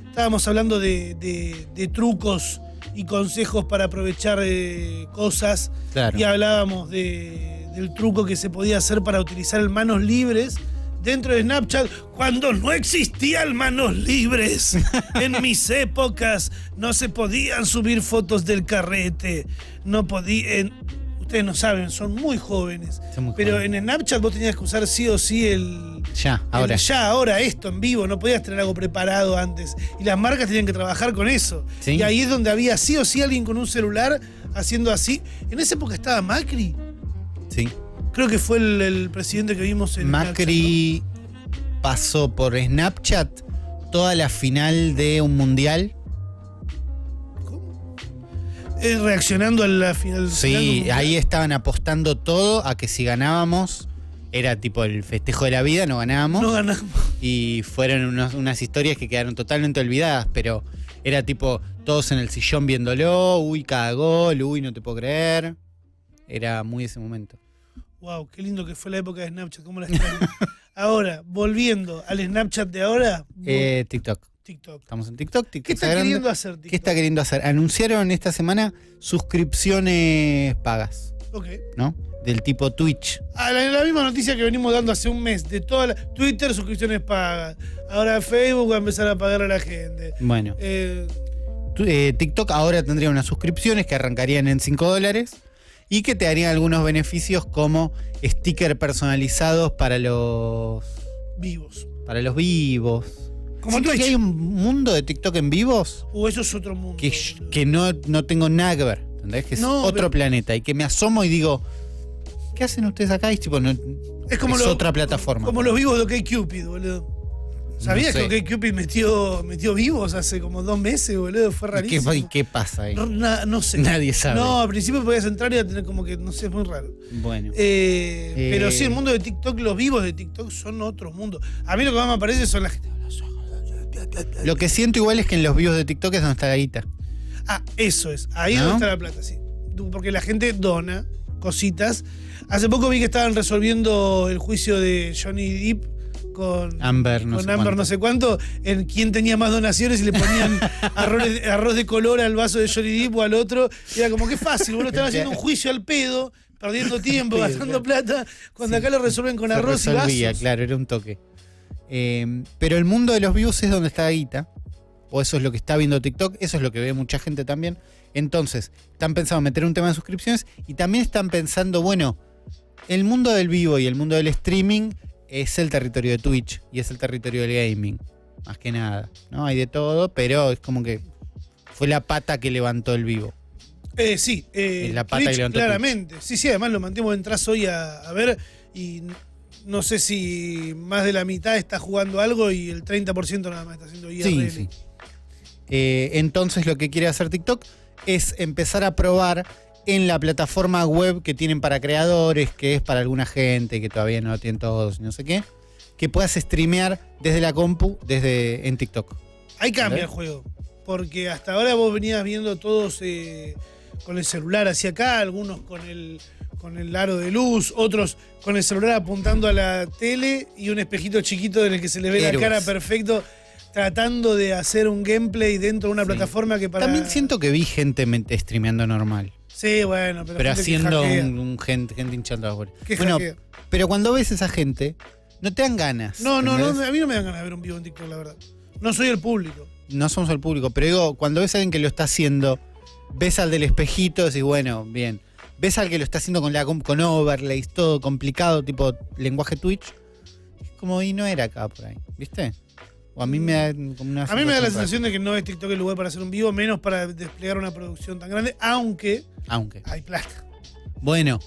Speaker 2: estábamos hablando de, de- de trucos y consejos para aprovechar eh, cosas.
Speaker 3: Claro.
Speaker 2: Y hablábamos de- del truco que se podía hacer para utilizar el manos libres dentro de Snapchat cuando no existían manos libres. En mis épocas no se podían subir fotos del carrete. No podían. Ustedes no saben, son muy jóvenes.
Speaker 3: Son muy
Speaker 2: Pero
Speaker 3: jóvenes.
Speaker 2: en Snapchat vos tenías que usar sí o sí el,
Speaker 3: Ya, ahora.
Speaker 2: el ya, ahora esto en vivo, no podías tener algo preparado antes. Y las marcas tenían que trabajar con eso.
Speaker 3: Sí.
Speaker 2: Y ahí es donde había sí o sí alguien con un celular haciendo así. En esa época estaba Macri.
Speaker 3: Sí.
Speaker 2: Creo que fue el, el presidente que vimos en
Speaker 3: Macri pasó por Snapchat toda la final de un mundial.
Speaker 2: Snapchat, ¿no? ¿Cómo? Eh, reaccionando a la final.
Speaker 3: Sí,
Speaker 2: final-
Speaker 3: ahí estaban apostando todo a que si ganábamos, era tipo el festejo de la vida, no ganábamos.
Speaker 2: No ganamos.
Speaker 3: y fueron unos- unas historias que quedaron totalmente olvidadas, pero era tipo todos en el sillón viéndolo, uy, cada gol, uy, no te puedo creer. Era muy ese momento.
Speaker 2: Wow, qué lindo que fue la época de Snapchat. ¿Cómo la
Speaker 3: [LAUGHS]
Speaker 2: extraño. ahora, volviendo al Snapchat de ahora,
Speaker 3: Eh, TikTok.
Speaker 2: TikTok.
Speaker 3: Estamos en TikTok. TikTok
Speaker 2: ¿Qué está
Speaker 3: grande.
Speaker 2: queriendo hacer TikTok?
Speaker 3: ¿Qué está queriendo hacer? Anunciaron esta semana suscripciones pagas,
Speaker 2: Ok.
Speaker 3: ¿no? Del tipo Twitch.
Speaker 2: A Ah, la, la misma noticia que venimos dando hace un mes, de toda la, Twitter, suscripciones pagas. Ahora Facebook va a empezar a pagar a la gente.
Speaker 3: Bueno,
Speaker 2: Eh,
Speaker 3: tu- eh, TikTok ahora tendría unas suscripciones que arrancarían en 5 dólares y que te darían algunos beneficios como stickers personalizados para los
Speaker 2: vivos.
Speaker 3: para los vivos.
Speaker 2: Como
Speaker 3: Siento
Speaker 2: Twitch.
Speaker 3: que hay un mundo de TikTok en vivos
Speaker 2: O eso es otro mundo.
Speaker 3: que,
Speaker 2: boludo.
Speaker 3: que no, no tengo nada que ver. ¿Entendés? Que es
Speaker 2: No,
Speaker 3: otro
Speaker 2: pero-
Speaker 3: planeta y que me asomo y digo, ¿qué hacen ustedes acá? Y tipo, no,
Speaker 2: es como
Speaker 3: es
Speaker 2: lo-
Speaker 3: otra plataforma.
Speaker 2: Como los vivos de OkCupid, boludo. ¿Sabías
Speaker 3: No sé.
Speaker 2: que OkCupid metió, metió vivos hace como dos meses, boludo? Fue
Speaker 3: ¿Y qué,
Speaker 2: rarísimo.
Speaker 3: y qué pasa ahí?
Speaker 2: No, na- no sé.
Speaker 3: Nadie sabe.
Speaker 2: No, al principio podías entrar y a tener como que, no sé, es muy raro.
Speaker 3: Bueno.
Speaker 2: Eh,
Speaker 3: Eh.
Speaker 2: Pero sí, el mundo de TikTok, los vivos de TikTok son otro mundo. A mí lo que más me aparece son la gente.
Speaker 3: Lo que siento igual es que en los vivos de TikTok es donde está la guita.
Speaker 2: Ah, eso es. Ahí es
Speaker 3: ¿No?
Speaker 2: donde está la plata, sí. Du- Porque la gente dona cositas. Hace poco vi que estaban resolviendo el juicio de Johnny Depp con,
Speaker 3: Amber, Ah, no
Speaker 2: con
Speaker 3: sé
Speaker 2: Amber
Speaker 3: cuánto.
Speaker 2: no sé cuánto, en quién tenía más donaciones y le
Speaker 3: [LAUGHS]
Speaker 2: ponían arroz, de- arroz de color al vaso de Johnny Depp o al otro. Y era como que fácil, boludo,
Speaker 3: [LAUGHS]
Speaker 2: están haciendo un juicio al pedo, perdiendo tiempo,
Speaker 3: Sí,
Speaker 2: gastando
Speaker 3: claro.
Speaker 2: plata, cuando acá lo resuelven con
Speaker 3: Se
Speaker 2: arroz y
Speaker 3: resolvía,
Speaker 2: vasos.
Speaker 3: claro, era un toque. Eh, pero el mundo de los views es donde está la guita. O eso es lo que está viendo TikTok, eso es lo que ve mucha gente también. Entonces, están pensando meter un tema de suscripciones y también están pensando, bueno, el mundo del vivo y el mundo del streaming es el territorio de Twitch y es el territorio del gaming, más que nada. No hay de todo, pero es como que fue la pata que levantó el vivo.
Speaker 2: Eh, sí, eh,
Speaker 3: Es la pata
Speaker 2: Twitch,
Speaker 3: que levantó
Speaker 2: claramente. Sí, sí, además lo mantengo entras hoy a, a ver y n- no sé si más de la mitad está jugando algo y el 30% nada más está haciendo IRL.
Speaker 3: Sí, sí. Eh, entonces lo que quiere hacer TikTok es empezar a probar en la plataforma web que tienen para creadores, que es para alguna gente que todavía no lo tienen todos, no sé qué, que puedas streamear desde la compu, desde en TikTok.
Speaker 2: Ahí cambia
Speaker 3: ¿Eh?
Speaker 2: el juego. Porque hasta ahora vos venías viendo todos eh, con el celular hacia acá, algunos con el con el aro de luz, otros con el celular apuntando a la tele y un espejito chiquito en el que se le ve la
Speaker 3: Héroes.
Speaker 2: cara perfecto, tratando de hacer un gameplay dentro de una
Speaker 3: Sí.
Speaker 2: plataforma que para...
Speaker 3: También siento que vi gente men- streameando normal,
Speaker 2: Sí, bueno, pero,
Speaker 3: pero
Speaker 2: gente que
Speaker 3: haciendo
Speaker 2: hackea,
Speaker 3: un, un gente, gente hinchando las bolas.
Speaker 2: que
Speaker 3: Bueno,
Speaker 2: hackea.
Speaker 3: pero cuando ves esa gente, no te dan ganas.
Speaker 2: no, no,
Speaker 3: ¿entendés?
Speaker 2: no, a mí no me dan ganas de ver un vivo en TikTok, la verdad. No soy el público.
Speaker 3: no somos el público, pero digo, cuando ves a alguien que lo está haciendo, ves al del espejito, decís, bueno, bien. ves al que lo está haciendo con, la, com- con overlays, todo complicado, tipo lenguaje Twitch. Es como, y no era acá por ahí, ¿viste? O a mí me da como una
Speaker 2: A mí me da la
Speaker 3: rara.
Speaker 2: sensación de que no es TikTok el lugar para hacer un vivo, menos para desplegar una producción tan grande, aunque
Speaker 3: Aunque.
Speaker 2: hay plata.
Speaker 3: Bueno,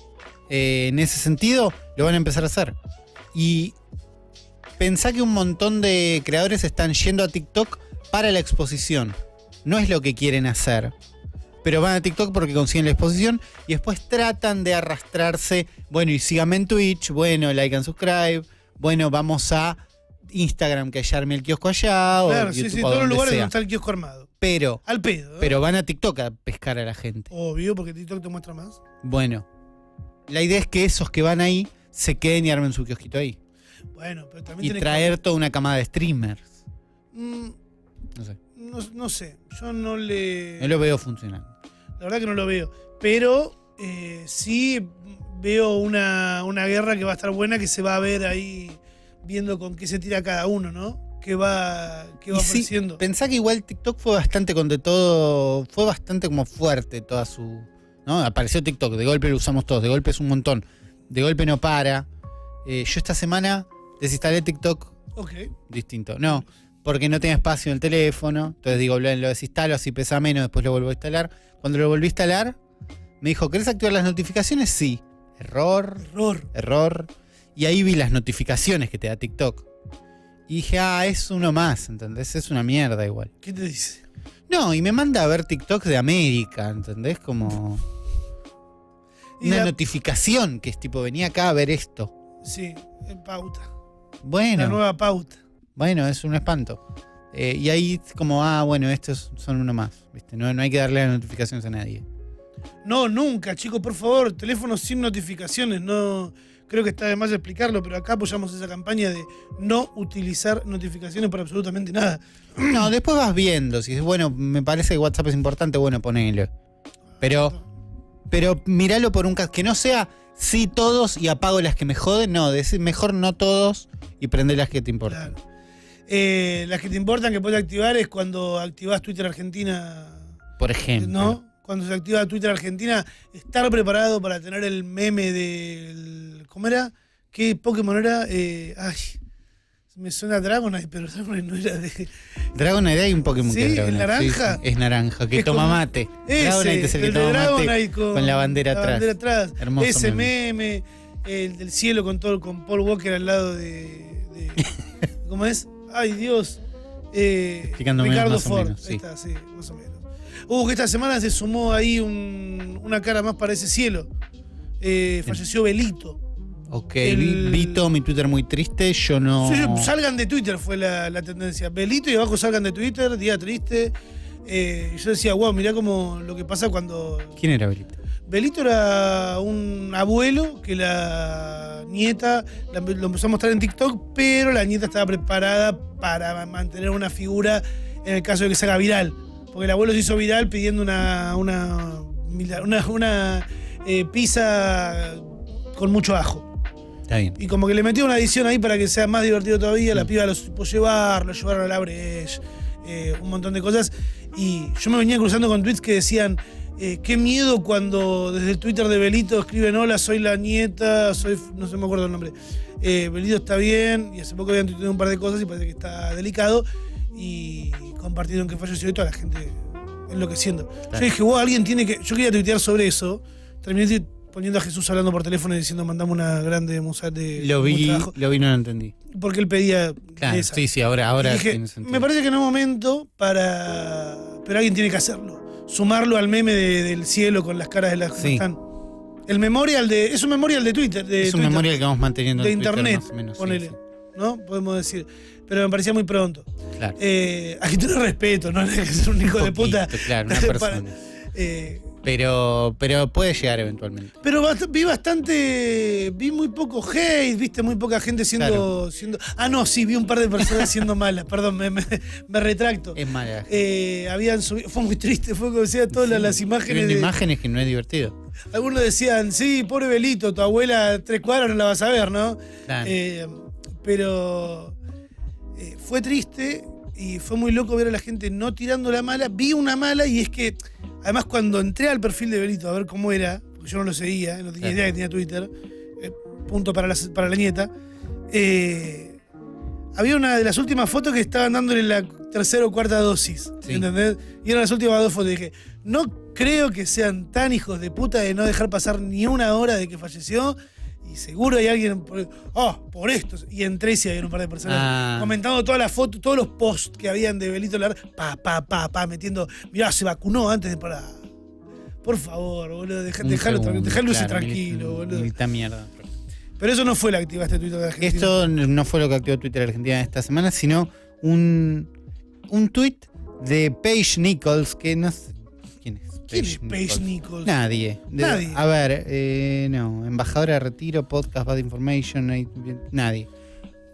Speaker 3: eh, en ese sentido lo van a empezar a hacer. Y pensá que un montón de creadores están yendo a TikTok para la exposición. No es lo que quieren hacer. Pero van a TikTok porque consiguen la exposición y después tratan de arrastrarse. Bueno, y síganme en Twitch. Bueno, like and subscribe. Bueno, vamos a Instagram, que ya arme el kiosco allá.
Speaker 2: claro,
Speaker 3: o
Speaker 2: sí,
Speaker 3: Oh, YouTube,
Speaker 2: sí,
Speaker 3: o
Speaker 2: todos los
Speaker 3: donde
Speaker 2: lugares
Speaker 3: sea.
Speaker 2: donde está el kiosco armado.
Speaker 3: Pero,
Speaker 2: Al pedo. ¿eh?
Speaker 3: pero van a TikTok a pescar a la gente.
Speaker 2: Obvio, porque TikTok te muestra más.
Speaker 3: Bueno, la idea es que esos que van ahí se queden y armen su kiosquito ahí.
Speaker 2: Bueno, pero también
Speaker 3: Y
Speaker 2: tenés que-
Speaker 3: traer toda una camada de streamers.
Speaker 2: Mm,
Speaker 3: No sé,
Speaker 2: no, no sé, yo no le...
Speaker 3: no lo veo funcionando.
Speaker 2: La verdad que no lo veo. Pero eh, sí veo una, una guerra que va a estar buena, que se va a ver ahí viendo con qué se tira cada uno, ¿no? ¿Qué va, qué va
Speaker 3: Y sí,
Speaker 2: ofreciendo?
Speaker 3: pensá que igual TikTok fue bastante con de todo, fue bastante como fuerte toda su... ¿no? Apareció TikTok, de golpe lo usamos todos, de golpe es un montón, de golpe no para. Eh, yo esta semana desinstalé TikTok
Speaker 2: Ok.
Speaker 3: distinto. No, porque no tenía espacio en el teléfono. Entonces digo, lo lo desinstalo, así pesa menos, después lo vuelvo a instalar. Cuando lo volví a instalar, me dijo, ¿querés activar las notificaciones? Sí. Error,
Speaker 2: Error.
Speaker 3: error. Y ahí vi las notificaciones que te da TikTok. Y dije, ah, es uno más, ¿entendés? Es una mierda igual.
Speaker 2: ¿Qué te dice?
Speaker 3: No, y me manda a ver TikTok de América, ¿entendés? Como
Speaker 2: Y
Speaker 3: una
Speaker 2: la-
Speaker 3: notificación que es tipo, venía acá a ver esto.
Speaker 2: sí, en pauta. La
Speaker 3: Bueno.
Speaker 2: nueva pauta.
Speaker 3: Bueno, es un espanto. Eh, y ahí es como, ah, bueno, estos son uno más. ¿viste? No, no hay que darle las notificaciones a nadie.
Speaker 2: No, nunca, chicos, por favor, teléfonos sin notificaciones, no creo que está de más explicarlo, pero acá apoyamos esa campaña de no utilizar notificaciones para absolutamente nada.
Speaker 3: No, después vas viendo. Si es bueno, me parece que WhatsApp es importante, bueno, ponelo. Pero, pero míralo por un caso. Que no sea sí todos y apago las que me joden. No, decir mejor no todos y prende las que te importan.
Speaker 2: Claro. Eh, las que te importan que puedes activar es cuando activás Twitter Argentina,
Speaker 3: Por ejemplo.
Speaker 2: ¿no? Cuando se activa Twitter Argentina, estar preparado para tener el meme del... ¿Cómo era? ¿Qué Pokémon era? Eh, ay, me suena Dragonite, pero [LAUGHS] Dragonite no era de...
Speaker 3: Dragonite hay un Pokémon
Speaker 2: Sí,
Speaker 3: que es
Speaker 2: el
Speaker 3: Dragonite,
Speaker 2: naranja.
Speaker 3: sí, es naranja, que
Speaker 2: Es
Speaker 3: toma
Speaker 2: como-
Speaker 3: mate.
Speaker 2: Ese,
Speaker 3: Dragonite es el que
Speaker 2: de
Speaker 3: toma mate
Speaker 2: Dragonite
Speaker 3: con, la bandera atrás.
Speaker 2: bandera atrás.
Speaker 3: Hermoso
Speaker 2: Ese meme. el del cielo con todo, con Paul Walker al lado de. de- ¿Cómo es? Ay, Dios. Eh,
Speaker 3: Explicando menos,
Speaker 2: Ricardo
Speaker 3: más o
Speaker 2: Ford.
Speaker 3: menos, sí.
Speaker 2: Ahí está, sí, más o menos. Uh, que esta semana se sumó ahí un- una cara más para ese cielo. Eh, falleció Belito.
Speaker 3: Ok,
Speaker 2: El-
Speaker 3: vi- vi todo mi Twitter muy triste, yo no...
Speaker 2: Sí, sí, salgan de Twitter fue la, la tendencia. Belito y abajo salgan de Twitter, día triste. Eh, yo decía, wow, mirá como lo que pasa cuando
Speaker 3: ¿Quién era Belito?
Speaker 2: Belito era un abuelo que la nieta la- lo empezó a mostrar en TikTok, pero la nieta estaba preparada para mantener una figura en el caso de que se haga viral. Porque el abuelo se hizo viral pidiendo una, una, mila- una- una, eh, pizza con mucho ajo.
Speaker 3: Está bien.
Speaker 2: Y como que le metió una edición ahí para que sea más divertido todavía, la piba lo supo llevar, lo llevaron a la Breche, eh, un montón de cosas. Y yo me venía cruzando con tweets que decían, eh, qué miedo cuando desde el Twitter de Belito escriben, hola, soy la nieta, soy, f- no sé, me acuerdo el nombre. Eh, Belito está bien, y hace poco habían tuiteado un par de cosas y parece que está delicado. Y compartieron que falleció y toda la gente enloqueciendo. Yo
Speaker 3: Claro.
Speaker 2: dije, wow, alguien tiene que. Yo quería tuitear sobre eso. Terminé tuit- poniendo a Jesús hablando por teléfono y diciendo mandame una grande musa de
Speaker 3: Lo
Speaker 2: buen
Speaker 3: vi,
Speaker 2: Eh, trabajo",
Speaker 3: lo vi, no lo entendí.
Speaker 2: porque él pedía
Speaker 3: Claro,
Speaker 2: esa.
Speaker 3: sí, sí, ahora, ahora
Speaker 2: Y dije,
Speaker 3: tiene sentido.
Speaker 2: me parece que no es momento para. Pero alguien tiene que hacerlo. Sumarlo al meme de- del cielo con las caras de las que
Speaker 3: Sí.
Speaker 2: están. El memorial de. Es un memorial de Twitter. De
Speaker 3: es un
Speaker 2: Twitter,
Speaker 3: memorial que vamos manteniendo
Speaker 2: de
Speaker 3: en Twitter,
Speaker 2: internet.
Speaker 3: más o menos, sí,
Speaker 2: ponele.
Speaker 3: sí,
Speaker 2: ¿No? Podemos decir. Pero me parecía muy pronto.
Speaker 3: claro.
Speaker 2: Eh, [LAUGHS] hay que tener respeto, ¿no? [LAUGHS] No hay que ser un hijo de
Speaker 3: Un
Speaker 2: puta.
Speaker 3: poquito, claro, una
Speaker 2: [LAUGHS] Para-
Speaker 3: persona.
Speaker 2: Eh,
Speaker 3: Pero, pero puede llegar eventualmente.
Speaker 2: Pero bast- vi bastante. Vi muy poco hate, viste, muy poca gente siendo.
Speaker 3: Claro.
Speaker 2: siendo ah, no, sí, vi un par de personas siendo malas, [LAUGHS] perdón, me, me- me retracto.
Speaker 3: Es mala.
Speaker 2: Eh, habían subido, fue muy triste, fue como decía todas las, las
Speaker 3: Estoy
Speaker 2: imágenes.
Speaker 3: viendo
Speaker 2: de-
Speaker 3: imágenes que no es divertido.
Speaker 2: algunos decían, sí, pobre Belito, tu abuela tres cuadras no la vas a ver, ¿no?
Speaker 3: Claro.
Speaker 2: Eh, pero eh, fue triste y fue muy loco ver a la gente no tirando la mala. Vi una mala y es que, además, cuando entré al perfil de Belito a ver cómo era, porque porque yo no lo seguía, no tenía
Speaker 3: Claro.
Speaker 2: idea que tenía Twitter, eh, punto para la, para la nieta. eh, había una de las últimas fotos que estaban dándole la tercera o cuarta dosis,
Speaker 3: Sí.
Speaker 2: ¿entendés? Y eran las últimas dos fotos. Y dije, no creo que sean tan hijos de puta de no dejar pasar ni una hora de que falleció. Y seguro hay alguien por, oh, por esto. Y entré y sí había un par de personas
Speaker 3: Ah.
Speaker 2: comentando todas las fotos, todos los posts que habían de Belito Lar, pa, pa, pa, pa, metiendo, mirá, se vacunó antes de parar. Por favor, boludo, deja,
Speaker 3: Un
Speaker 2: dejalo, tra-
Speaker 3: segundo,
Speaker 2: dejalo irse
Speaker 3: claro,
Speaker 2: tranquilo,
Speaker 3: milita-
Speaker 2: boludo.
Speaker 3: milita mierda.
Speaker 2: Pero eso no fue la activa este Twitter de Argentina.
Speaker 3: Esto no fue lo que activó Twitter Argentina esta semana, sino un, un tweet de Paige Nichols, que no sé. ¿Quién es
Speaker 2: ¿Quién es Paige Nichols?
Speaker 3: Nadie. De-
Speaker 2: Nadie.
Speaker 3: A ver, eh, no. Embajadora de Retiro, Podcast Bad Information, ahí- nadie.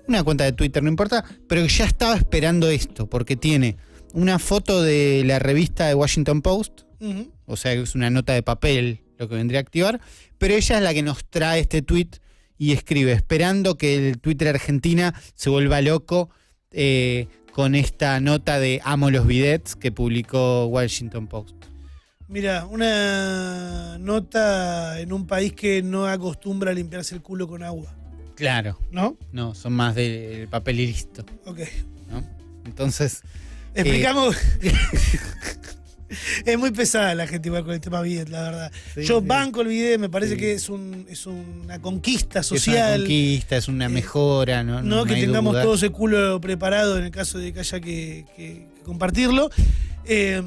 Speaker 3: Una cuenta de Twitter, no importa, pero ya estaba esperando esto, porque tiene una foto de la revista de Washington Post,
Speaker 2: Ujú.
Speaker 3: o sea que es una nota de papel lo que vendría a activar, pero ella es la que nos trae este tweet y escribe, esperando que el Twitter Argentina se vuelva loco eh, con esta nota de Amo los bidets que publicó Washington Post.
Speaker 2: Mira, una nota en un país que no acostumbra a limpiarse el culo con agua,
Speaker 3: Claro.
Speaker 2: ¿no?
Speaker 3: No, son más del papel y listo.
Speaker 2: Ok.
Speaker 3: ¿no? Entonces, Eh, [LAUGHS]
Speaker 2: Explicamos. Eh, es muy pesada la gente igual con el tema bidet, la verdad.
Speaker 3: Sí,
Speaker 2: Yo
Speaker 3: sí.
Speaker 2: banco el bidet, me parece
Speaker 3: Sí.
Speaker 2: que es, un, es una conquista
Speaker 3: es una
Speaker 2: social.
Speaker 3: conquista, es una
Speaker 2: eh,
Speaker 3: mejora, ¿no?
Speaker 2: ¿no? que
Speaker 3: hay
Speaker 2: tengamos
Speaker 3: duda.
Speaker 2: todo ese culo preparado en el caso de que haya que, que- que compartirlo. Eh,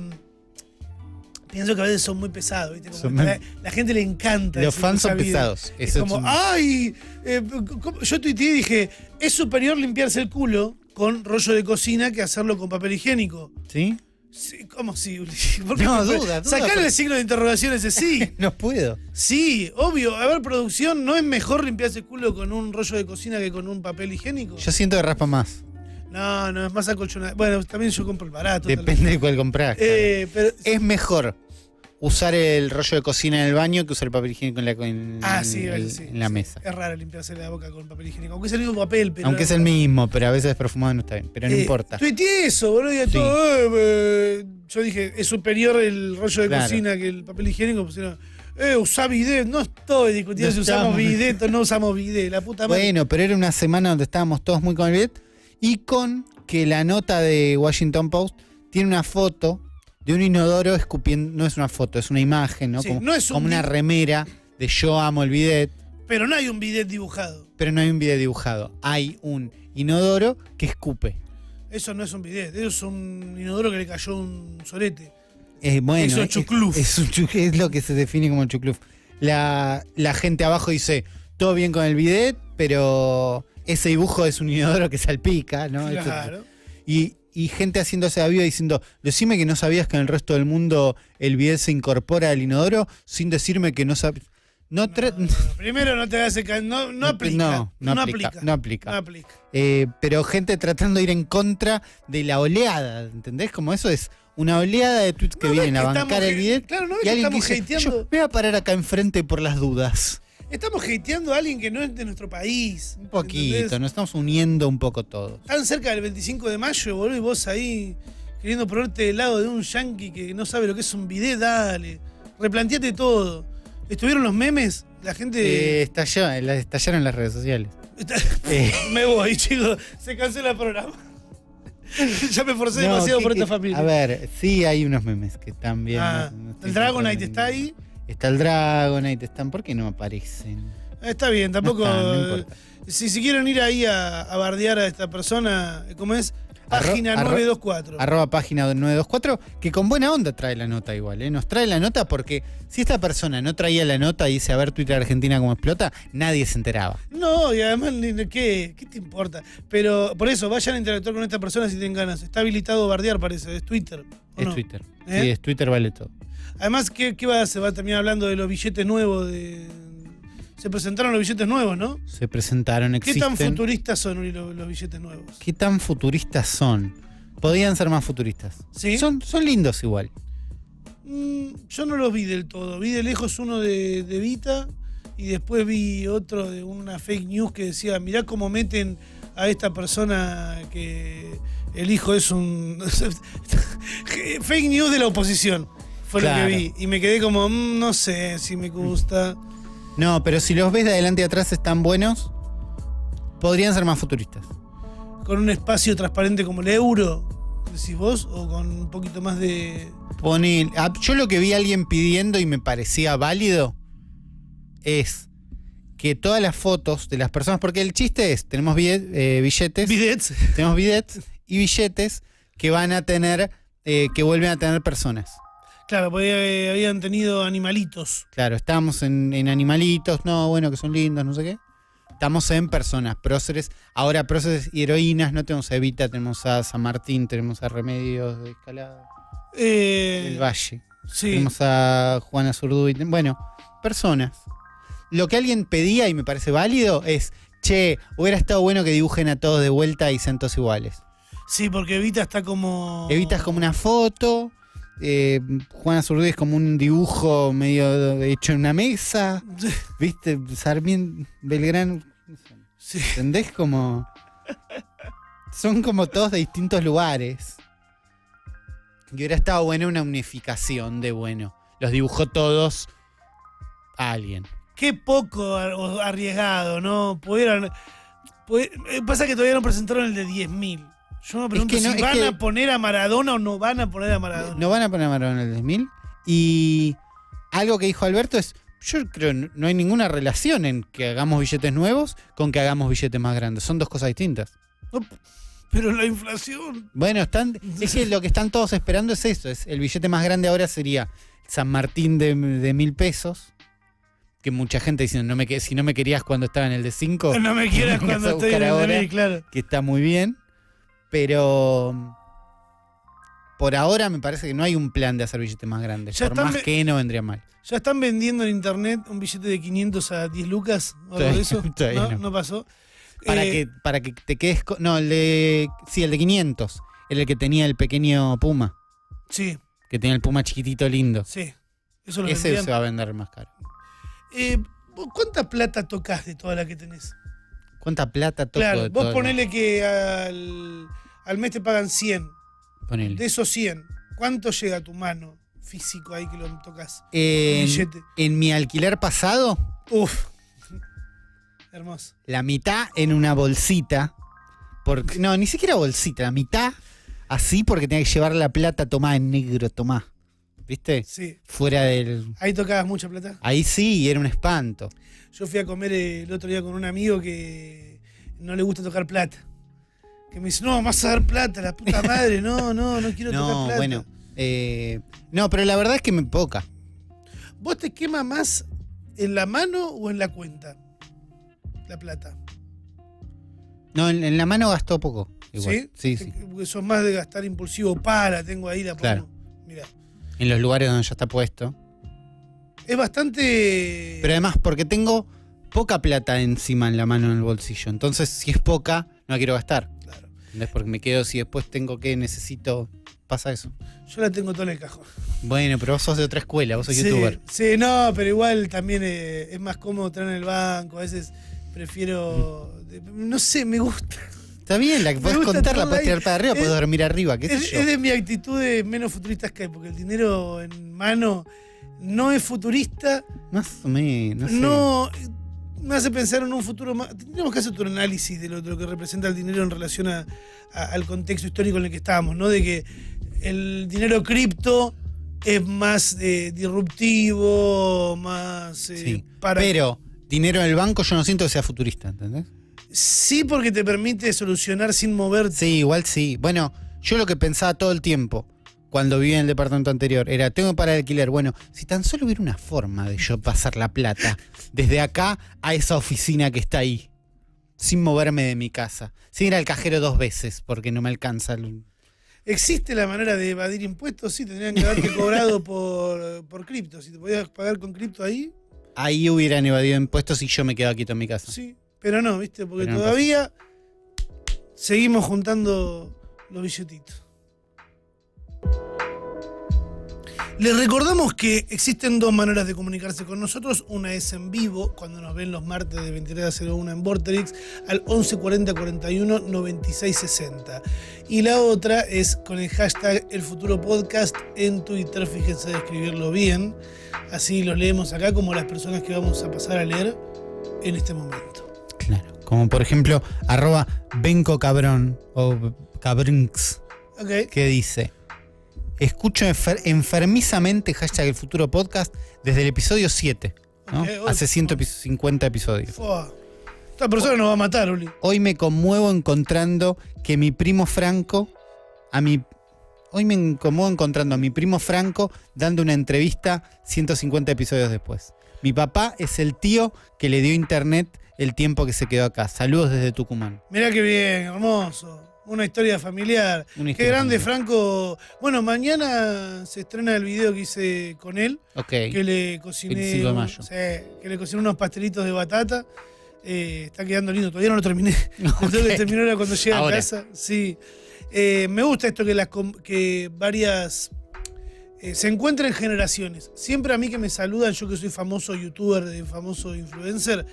Speaker 2: pienso que a veces son muy pesados, ¿viste? Como
Speaker 3: Son
Speaker 2: que
Speaker 3: muy-
Speaker 2: la, la gente le encanta.
Speaker 3: Los
Speaker 2: decir
Speaker 3: fans
Speaker 2: cosa
Speaker 3: son
Speaker 2: bien.
Speaker 3: pesados.
Speaker 2: Es
Speaker 3: eso es
Speaker 2: como, ah.
Speaker 3: un-
Speaker 2: ¡ay! Eh, ¿cómo? yo tuiteé y dije, es superior limpiarse el culo con rollo de cocina que hacerlo con papel higiénico.
Speaker 3: ¿Sí?
Speaker 2: Sí, ¿Cómo sí? [LAUGHS]
Speaker 3: No, duda, duda,
Speaker 2: Sacarle
Speaker 3: pero-
Speaker 2: el signo de interrogación ese sí.
Speaker 3: No puedo.
Speaker 2: Sí, obvio. A ver, producción, ¿no es mejor limpiarse el culo con un rollo de cocina que con un papel higiénico?
Speaker 3: Yo siento que raspa más.
Speaker 2: No, no, es más acolchonado. Bueno, también yo compro el barato. tal vez.
Speaker 3: Depende de cuál comprar.
Speaker 2: Eh, pero,
Speaker 3: Es mejor usar el rollo de cocina en el baño que usar el papel higiénico en la, en-
Speaker 2: ah, sí,
Speaker 3: en-
Speaker 2: a veces sí.
Speaker 3: en la
Speaker 2: sí.
Speaker 3: mesa.
Speaker 2: Es raro limpiarse la boca con papel higiénico. Aunque es el mismo papel, pero.
Speaker 3: Aunque es el mismo, pero a veces perfumado no está bien. Pero no
Speaker 2: Eh,
Speaker 3: importa.
Speaker 2: Tuiteé eso, boludo. y a
Speaker 3: Sí.
Speaker 2: todo, eh, eh, yo dije, es superior el rollo de
Speaker 3: Claro.
Speaker 2: cocina que el papel higiénico. Pusieron, eh, usá bidet. No estoy discutiendo
Speaker 3: No
Speaker 2: si usamos
Speaker 3: estamos.
Speaker 2: bidet o no usamos bidet. La puta madre.
Speaker 3: Bueno, pero era una semana donde estábamos todos muy con el bidet y con que la nota de Washington Post tiene una foto de un inodoro escupiendo, no es una foto, es una imagen, ¿no?
Speaker 2: Sí,
Speaker 3: como
Speaker 2: no es un
Speaker 3: como una
Speaker 2: bi-
Speaker 3: remera de yo amo el bidet,
Speaker 2: Pero no hay un bidet dibujado.
Speaker 3: pero no hay un bidet dibujado, hay un inodoro que escupe.
Speaker 2: Eso no es un bidet. Eso es un inodoro que le cayó un sorete.
Speaker 3: Eh, bueno,
Speaker 2: Eso es chucluf.
Speaker 3: Es, un chuc- es lo que se define como chucluf. La, la gente abajo dice, todo bien con el bidet, pero ese dibujo es un inodoro que salpica, ¿no? Eso-
Speaker 2: claro.
Speaker 3: Y, y gente haciéndose la vida diciendo, decime que no sabías que en el resto del mundo el bidet se incorpora al inodoro sin decirme que no sabías. No, tra-
Speaker 2: No, no, no. Primero no te das el ca- no, no aplica.
Speaker 3: No, no aplica, no aplica.
Speaker 2: No aplica.
Speaker 3: Eh, pero gente tratando de ir en contra de la oleada, ¿entendés? Como eso es una oleada de tweets que
Speaker 2: ¿No
Speaker 3: vienen
Speaker 2: ves
Speaker 3: a
Speaker 2: que estamos
Speaker 3: bancar el
Speaker 2: hate-
Speaker 3: bidet.
Speaker 2: Claro, no ves
Speaker 3: Y
Speaker 2: que
Speaker 3: alguien
Speaker 2: estamos
Speaker 3: dice,
Speaker 2: hateando.
Speaker 3: yo me voy a parar acá enfrente por las dudas.
Speaker 2: Estamos hateando a alguien que no es de nuestro país.
Speaker 3: Un poquito,
Speaker 2: ¿entendés?
Speaker 3: nos estamos uniendo un poco todos.
Speaker 2: Tan cerca del 25 de mayo, boludo, y vos ahí queriendo ponerte del lado de un yankee que no sabe lo que es un bidet, dale. Replanteate todo. ¿Estuvieron los memes? La gente.
Speaker 3: Eh, estalló- la- estallaron las redes sociales.
Speaker 2: Está-
Speaker 3: Eh,
Speaker 2: Me voy, [LAUGHS] chicos. Se cancela el programa. [LAUGHS] ya me forcé
Speaker 3: no,
Speaker 2: demasiado
Speaker 3: ¿qué-
Speaker 2: por
Speaker 3: qué-
Speaker 2: esta familia.
Speaker 3: A ver, sí hay unos memes que están bien.
Speaker 2: Ah,
Speaker 3: no- no estoy
Speaker 2: el Dragonite
Speaker 3: totalmente-
Speaker 2: está ahí.
Speaker 3: Está el Dragonite, están. ¿Por qué no aparecen?
Speaker 2: Ah, Está bien,
Speaker 3: No
Speaker 2: tampoco. eh,
Speaker 3: están, no importa.
Speaker 2: si, si quieren ir ahí a, a bardear a esta persona, ¿cómo es?
Speaker 3: Arro-
Speaker 2: Página
Speaker 3: arro-
Speaker 2: 924.
Speaker 3: Arroba página 924, que con buena onda trae la nota igual, ¿eh? Nos trae la nota porque si esta persona no traía la nota y dice a ver Twitter Argentina cómo explota, nadie se enteraba.
Speaker 2: No, y además, ni- ni- ¿qué? ¿Qué te importa? Pero por eso, vayan a interactuar con esta persona si tienen ganas. Está habilitado bardear, parece. Es Twitter. ¿o
Speaker 3: Es
Speaker 2: no?
Speaker 3: Twitter.
Speaker 2: ¿Eh?
Speaker 3: Sí, es Twitter vale todo.
Speaker 2: Además, ¿qué, qué va a hacer? Va a terminar hablando de los billetes nuevos. De... Se presentaron los billetes nuevos, ¿no?
Speaker 3: Se presentaron,
Speaker 2: ¿Qué
Speaker 3: existen.
Speaker 2: tan futuristas son Uri, los, los billetes nuevos?
Speaker 3: ¿Qué tan futuristas son? Podían ser más futuristas.
Speaker 2: ¿Sí?
Speaker 3: Son, son lindos igual.
Speaker 2: Mm, yo no los vi del todo. Vi de lejos uno de, de Vita y después vi otro de una fake news que decía, mirá cómo meten a esta persona [LAUGHS] que el hijo es un... fake news de la oposición. Fue lo
Speaker 3: Claro.
Speaker 2: que vi. Y me quedé como, "Mm, no sé si me gusta.
Speaker 3: No, pero si los ves de adelante y atrás están buenos, podrían ser más futuristas.
Speaker 2: Con un espacio transparente como el euro, decís vos, o con un poquito más de.
Speaker 3: Pone, ah, yo lo que vi a alguien pidiendo y me parecía válido es que todas las fotos de las personas, porque el chiste es, tenemos billet- eh, billetes,
Speaker 2: Bidets.
Speaker 3: tenemos billets y billetes que van a tener, eh, que vuelven a tener personas.
Speaker 2: Claro, porque eh, habían tenido animalitos.
Speaker 3: Claro, estamos en, en animalitos, no, bueno, que son lindos, no sé qué. Estamos en personas, próceres. Ahora próceres y heroínas, no tenemos a Evita, tenemos a San Martín, tenemos a Remedios de Escalada,
Speaker 2: Eh,
Speaker 3: del Valle,
Speaker 2: sí.
Speaker 3: tenemos a Juana Zurduy. ten- Bueno, personas. Lo que alguien pedía y me parece válido es, che, hubiera estado bueno que dibujen a todos de vuelta y sean todos iguales.
Speaker 2: sí, porque Evita está como.
Speaker 3: Evita es como una foto, eh, Juana Zurduy es como un dibujo medio hecho en una mesa. ¿Viste? Sarmiento, Belgrano.
Speaker 2: Sí.
Speaker 3: ¿Entendés? Como. Son como todos de distintos lugares. Y hubiera estado buena una unificación de bueno. Los dibujó todos a alguien.
Speaker 2: Qué poco ar- o- arriesgado, ¿no? Pudieron. pu- eh, pasa que todavía no presentaron el de 10.000. Yo me pregunto
Speaker 3: que no,
Speaker 2: si
Speaker 3: es
Speaker 2: van
Speaker 3: que-
Speaker 2: a poner a Maradona o no van a poner a Maradona.
Speaker 3: No van a poner a Maradona en el 2000. Y algo que dijo Alberto es: Yo creo no no hay ninguna relación en que hagamos billetes nuevos con que hagamos billetes más grandes. Son dos cosas distintas.
Speaker 2: Pero la inflación. [LAUGHS]
Speaker 3: Bueno, están, es que lo que están todos esperando es eso. Es, el billete más grande ahora sería San Martín de, de mil pesos. Que mucha gente diciendo, no me, que- si no me querías cuando estaba en el
Speaker 2: [LAUGHS]
Speaker 3: de 5,
Speaker 2: No me quieras
Speaker 3: Oh. [LAUGHS] Vengas
Speaker 2: cuando
Speaker 3: a
Speaker 2: estoy en
Speaker 3: buscar
Speaker 2: el de
Speaker 3: ahora.
Speaker 2: 1000, claro.
Speaker 3: que está muy bien. Pero por ahora me parece que no hay un plan de hacer billetes más grandes.
Speaker 2: Ya
Speaker 3: por
Speaker 2: están
Speaker 3: más
Speaker 2: ve-
Speaker 3: que no vendría mal.
Speaker 2: Ya están vendiendo en internet un billete de 500 a 10 lucas o algo de
Speaker 3: Todavía-
Speaker 2: eso.
Speaker 3: todavía
Speaker 2: no,
Speaker 3: no.
Speaker 2: no pasó.
Speaker 3: Para,
Speaker 2: Eh,
Speaker 3: que, para que te quedes... co- No, el de... Sí, el de 500. Era el que tenía el pequeño Puma.
Speaker 2: Sí,
Speaker 3: Que tenía el Puma chiquitito lindo.
Speaker 2: sí. Eso lo
Speaker 3: Ese
Speaker 2: vendían.
Speaker 3: se va a vender más caro.
Speaker 2: Eh, ¿vos ¿Cuánta plata tocas de toda la que tenés?
Speaker 3: ¿Cuánta plata toco
Speaker 2: Claro,
Speaker 3: de
Speaker 2: vos
Speaker 3: todo el-
Speaker 2: ponele que al, al mes te pagan 100.
Speaker 3: ponele.
Speaker 2: De esos 100, ¿cuánto llega a tu mano físico ahí que lo tocas?
Speaker 3: En,
Speaker 2: Billete.
Speaker 3: en mi alquiler pasado,
Speaker 2: Uf. [LAUGHS] Hermoso.
Speaker 3: la mitad en una bolsita. Porque, no, ni siquiera bolsita, la mitad así porque tenía que llevar la plata, tomá en negro, tomá. ¿Viste?
Speaker 2: Sí.
Speaker 3: Fuera del.
Speaker 2: Ahí tocabas mucha plata.
Speaker 3: Ahí sí, era un espanto.
Speaker 2: Yo fui a comer el otro día con un amigo que no le gusta tocar plata. Que me dice, no, vas a dar plata, la puta madre. No, no, no
Speaker 3: [LAUGHS]
Speaker 2: quiero tocar
Speaker 3: No,
Speaker 2: plata.
Speaker 3: bueno. eh, no, pero la verdad es que me poca.
Speaker 2: ¿Vos te quema más en la mano o en la cuenta? La plata.
Speaker 3: No, en, en la mano gastó poco. igual.
Speaker 2: ¿Sí?
Speaker 3: Sí, sí.
Speaker 2: Porque sos más de gastar impulsivo. Para, tengo ahí la
Speaker 3: Claro.
Speaker 2: pongo. Mirá.
Speaker 3: En los lugares donde ya está puesto.
Speaker 2: Es bastante.
Speaker 3: Pero además, porque tengo poca plata encima en la mano en el bolsillo. Entonces, si es poca, no la quiero gastar.
Speaker 2: Claro.
Speaker 3: ¿Entendés? Porque me quedo si después tengo que, necesito. Pasa eso.
Speaker 2: Yo la tengo toda en el cajón.
Speaker 3: Bueno, pero vos sos de otra escuela, vos sos
Speaker 2: sí,
Speaker 3: youtuber.
Speaker 2: sí, no, pero igual también eh, es más cómodo traer en el banco. A veces prefiero.
Speaker 3: Mm.
Speaker 2: de- No sé, me gusta.
Speaker 3: Está bien, la que
Speaker 2: Me
Speaker 3: podés
Speaker 2: gusta
Speaker 3: contar, la
Speaker 2: todo
Speaker 3: podés
Speaker 2: ahí.
Speaker 3: tirar para arriba,
Speaker 2: Es-
Speaker 3: podés dormir arriba, qué sé
Speaker 2: Es,
Speaker 3: yo.
Speaker 2: es de mi actitud de menos futuristas que hay, porque el dinero en mano no es futurista,
Speaker 3: Más o menos. sé.
Speaker 2: no me hace pensar en un futuro más. Tendríamos que hacer otro análisis de lo, de lo que representa el dinero en relación a- a- al contexto histórico en el que estábamos, ¿no? De que el dinero cripto es más eh, disruptivo, más eh,
Speaker 3: Sí.
Speaker 2: para.
Speaker 3: Pero dinero en el banco yo no siento que sea futurista, ¿entendés?
Speaker 2: Sí, porque te permite solucionar sin moverte.
Speaker 3: Sí, igual sí. Bueno, yo lo que pensaba todo el tiempo cuando vivía en el departamento anterior era, tengo para el alquiler. Bueno, si tan solo hubiera una forma de yo pasar la plata desde acá a esa oficina que está ahí, sin moverme de mi casa, sin ir al cajero dos veces porque no me alcanza. el-
Speaker 2: ¿Existe la manera de evadir impuestos? Sí, tendrían que
Speaker 3: [LAUGHS]
Speaker 2: haberte cobrado por, por cripto. Si te podías pagar con cripto ahí,
Speaker 3: Ahí hubieran evadido impuestos y yo me quedo aquí en mi casa.
Speaker 2: sí. Pero no, ¿viste? Porque
Speaker 3: Pero no
Speaker 2: todavía seguimos juntando los billetitos. Les recordamos que existen dos maneras de comunicarse con nosotros. Una es en vivo, cuando nos ven los martes de 23 a 01 en Vorterix, al 11 40 41 96 60. Y la otra es con el hashtag El Futuro Podcast en Twitter. Fíjense de escribirlo bien. Así los leemos acá como las personas que vamos a pasar a leer en este momento.
Speaker 3: Claro. Como por ejemplo, arroba Benco Cabrón o Cabrinx,
Speaker 2: Ok.
Speaker 3: que dice: Escucho enfer- enfermizamente hashtag el futuro podcast desde el episodio 7, ¿no?
Speaker 2: Ok, hoy-
Speaker 3: hace 150 episodios.
Speaker 2: Fua. Esta persona nos va a matar, Uli.
Speaker 3: Hoy me conmuevo encontrando que mi primo Franco, a mi. Hoy me conmuevo encontrando a mi primo Franco dando una entrevista 150 episodios después. Mi papá es el tío que le dio internet el tiempo que se quedó acá. Saludos desde Tucumán.
Speaker 2: Mirá qué bien, hermoso. Una historia familiar.
Speaker 3: Una
Speaker 2: Qué
Speaker 3: historia
Speaker 2: grande,
Speaker 3: familiar.
Speaker 2: Franco. Bueno, mañana se estrena el video que hice con él,
Speaker 3: Ok.
Speaker 2: que le cociné.
Speaker 3: 25 de mayo.
Speaker 2: un- sí, que le cociné unos pastelitos de batata. Eh, está quedando lindo, todavía no lo terminé. Lo tengo que
Speaker 3: Ok.
Speaker 2: terminar ahora cuando llegue
Speaker 3: Ahora.
Speaker 2: a casa. Sí. Eh, me gusta esto que las com- que varias eh, se encuentran generaciones. Siempre a mí que me saludan, yo que soy famoso youtuber, eh, famoso influencer,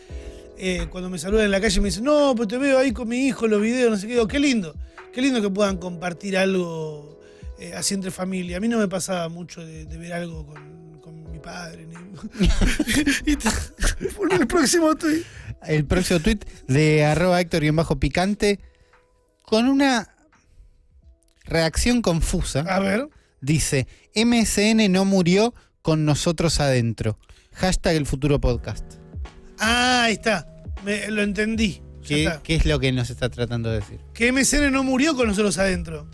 Speaker 2: eh, cuando me saludan en la calle me dicen, no, pues te veo ahí con mi hijo, los videos, no sé qué. Digo, qué lindo, qué lindo que puedan compartir algo eh, así entre familia. A mí no me pasaba mucho de, de ver algo con, con mi padre. ni- [LAUGHS] Y te- [LAUGHS] Bueno, el próximo estoy.
Speaker 3: El próximo tweet de arroba Héctor-picante con una reacción confusa.
Speaker 2: A ver.
Speaker 3: Dice, MSN no murió con nosotros adentro. Hashtag el futuro podcast.
Speaker 2: Ah, ahí está. Me- lo entendí. Ya
Speaker 3: ¿Qué,
Speaker 2: está.
Speaker 3: qué es lo que nos está tratando de decir?
Speaker 2: Que MCN no murió con nosotros adentro.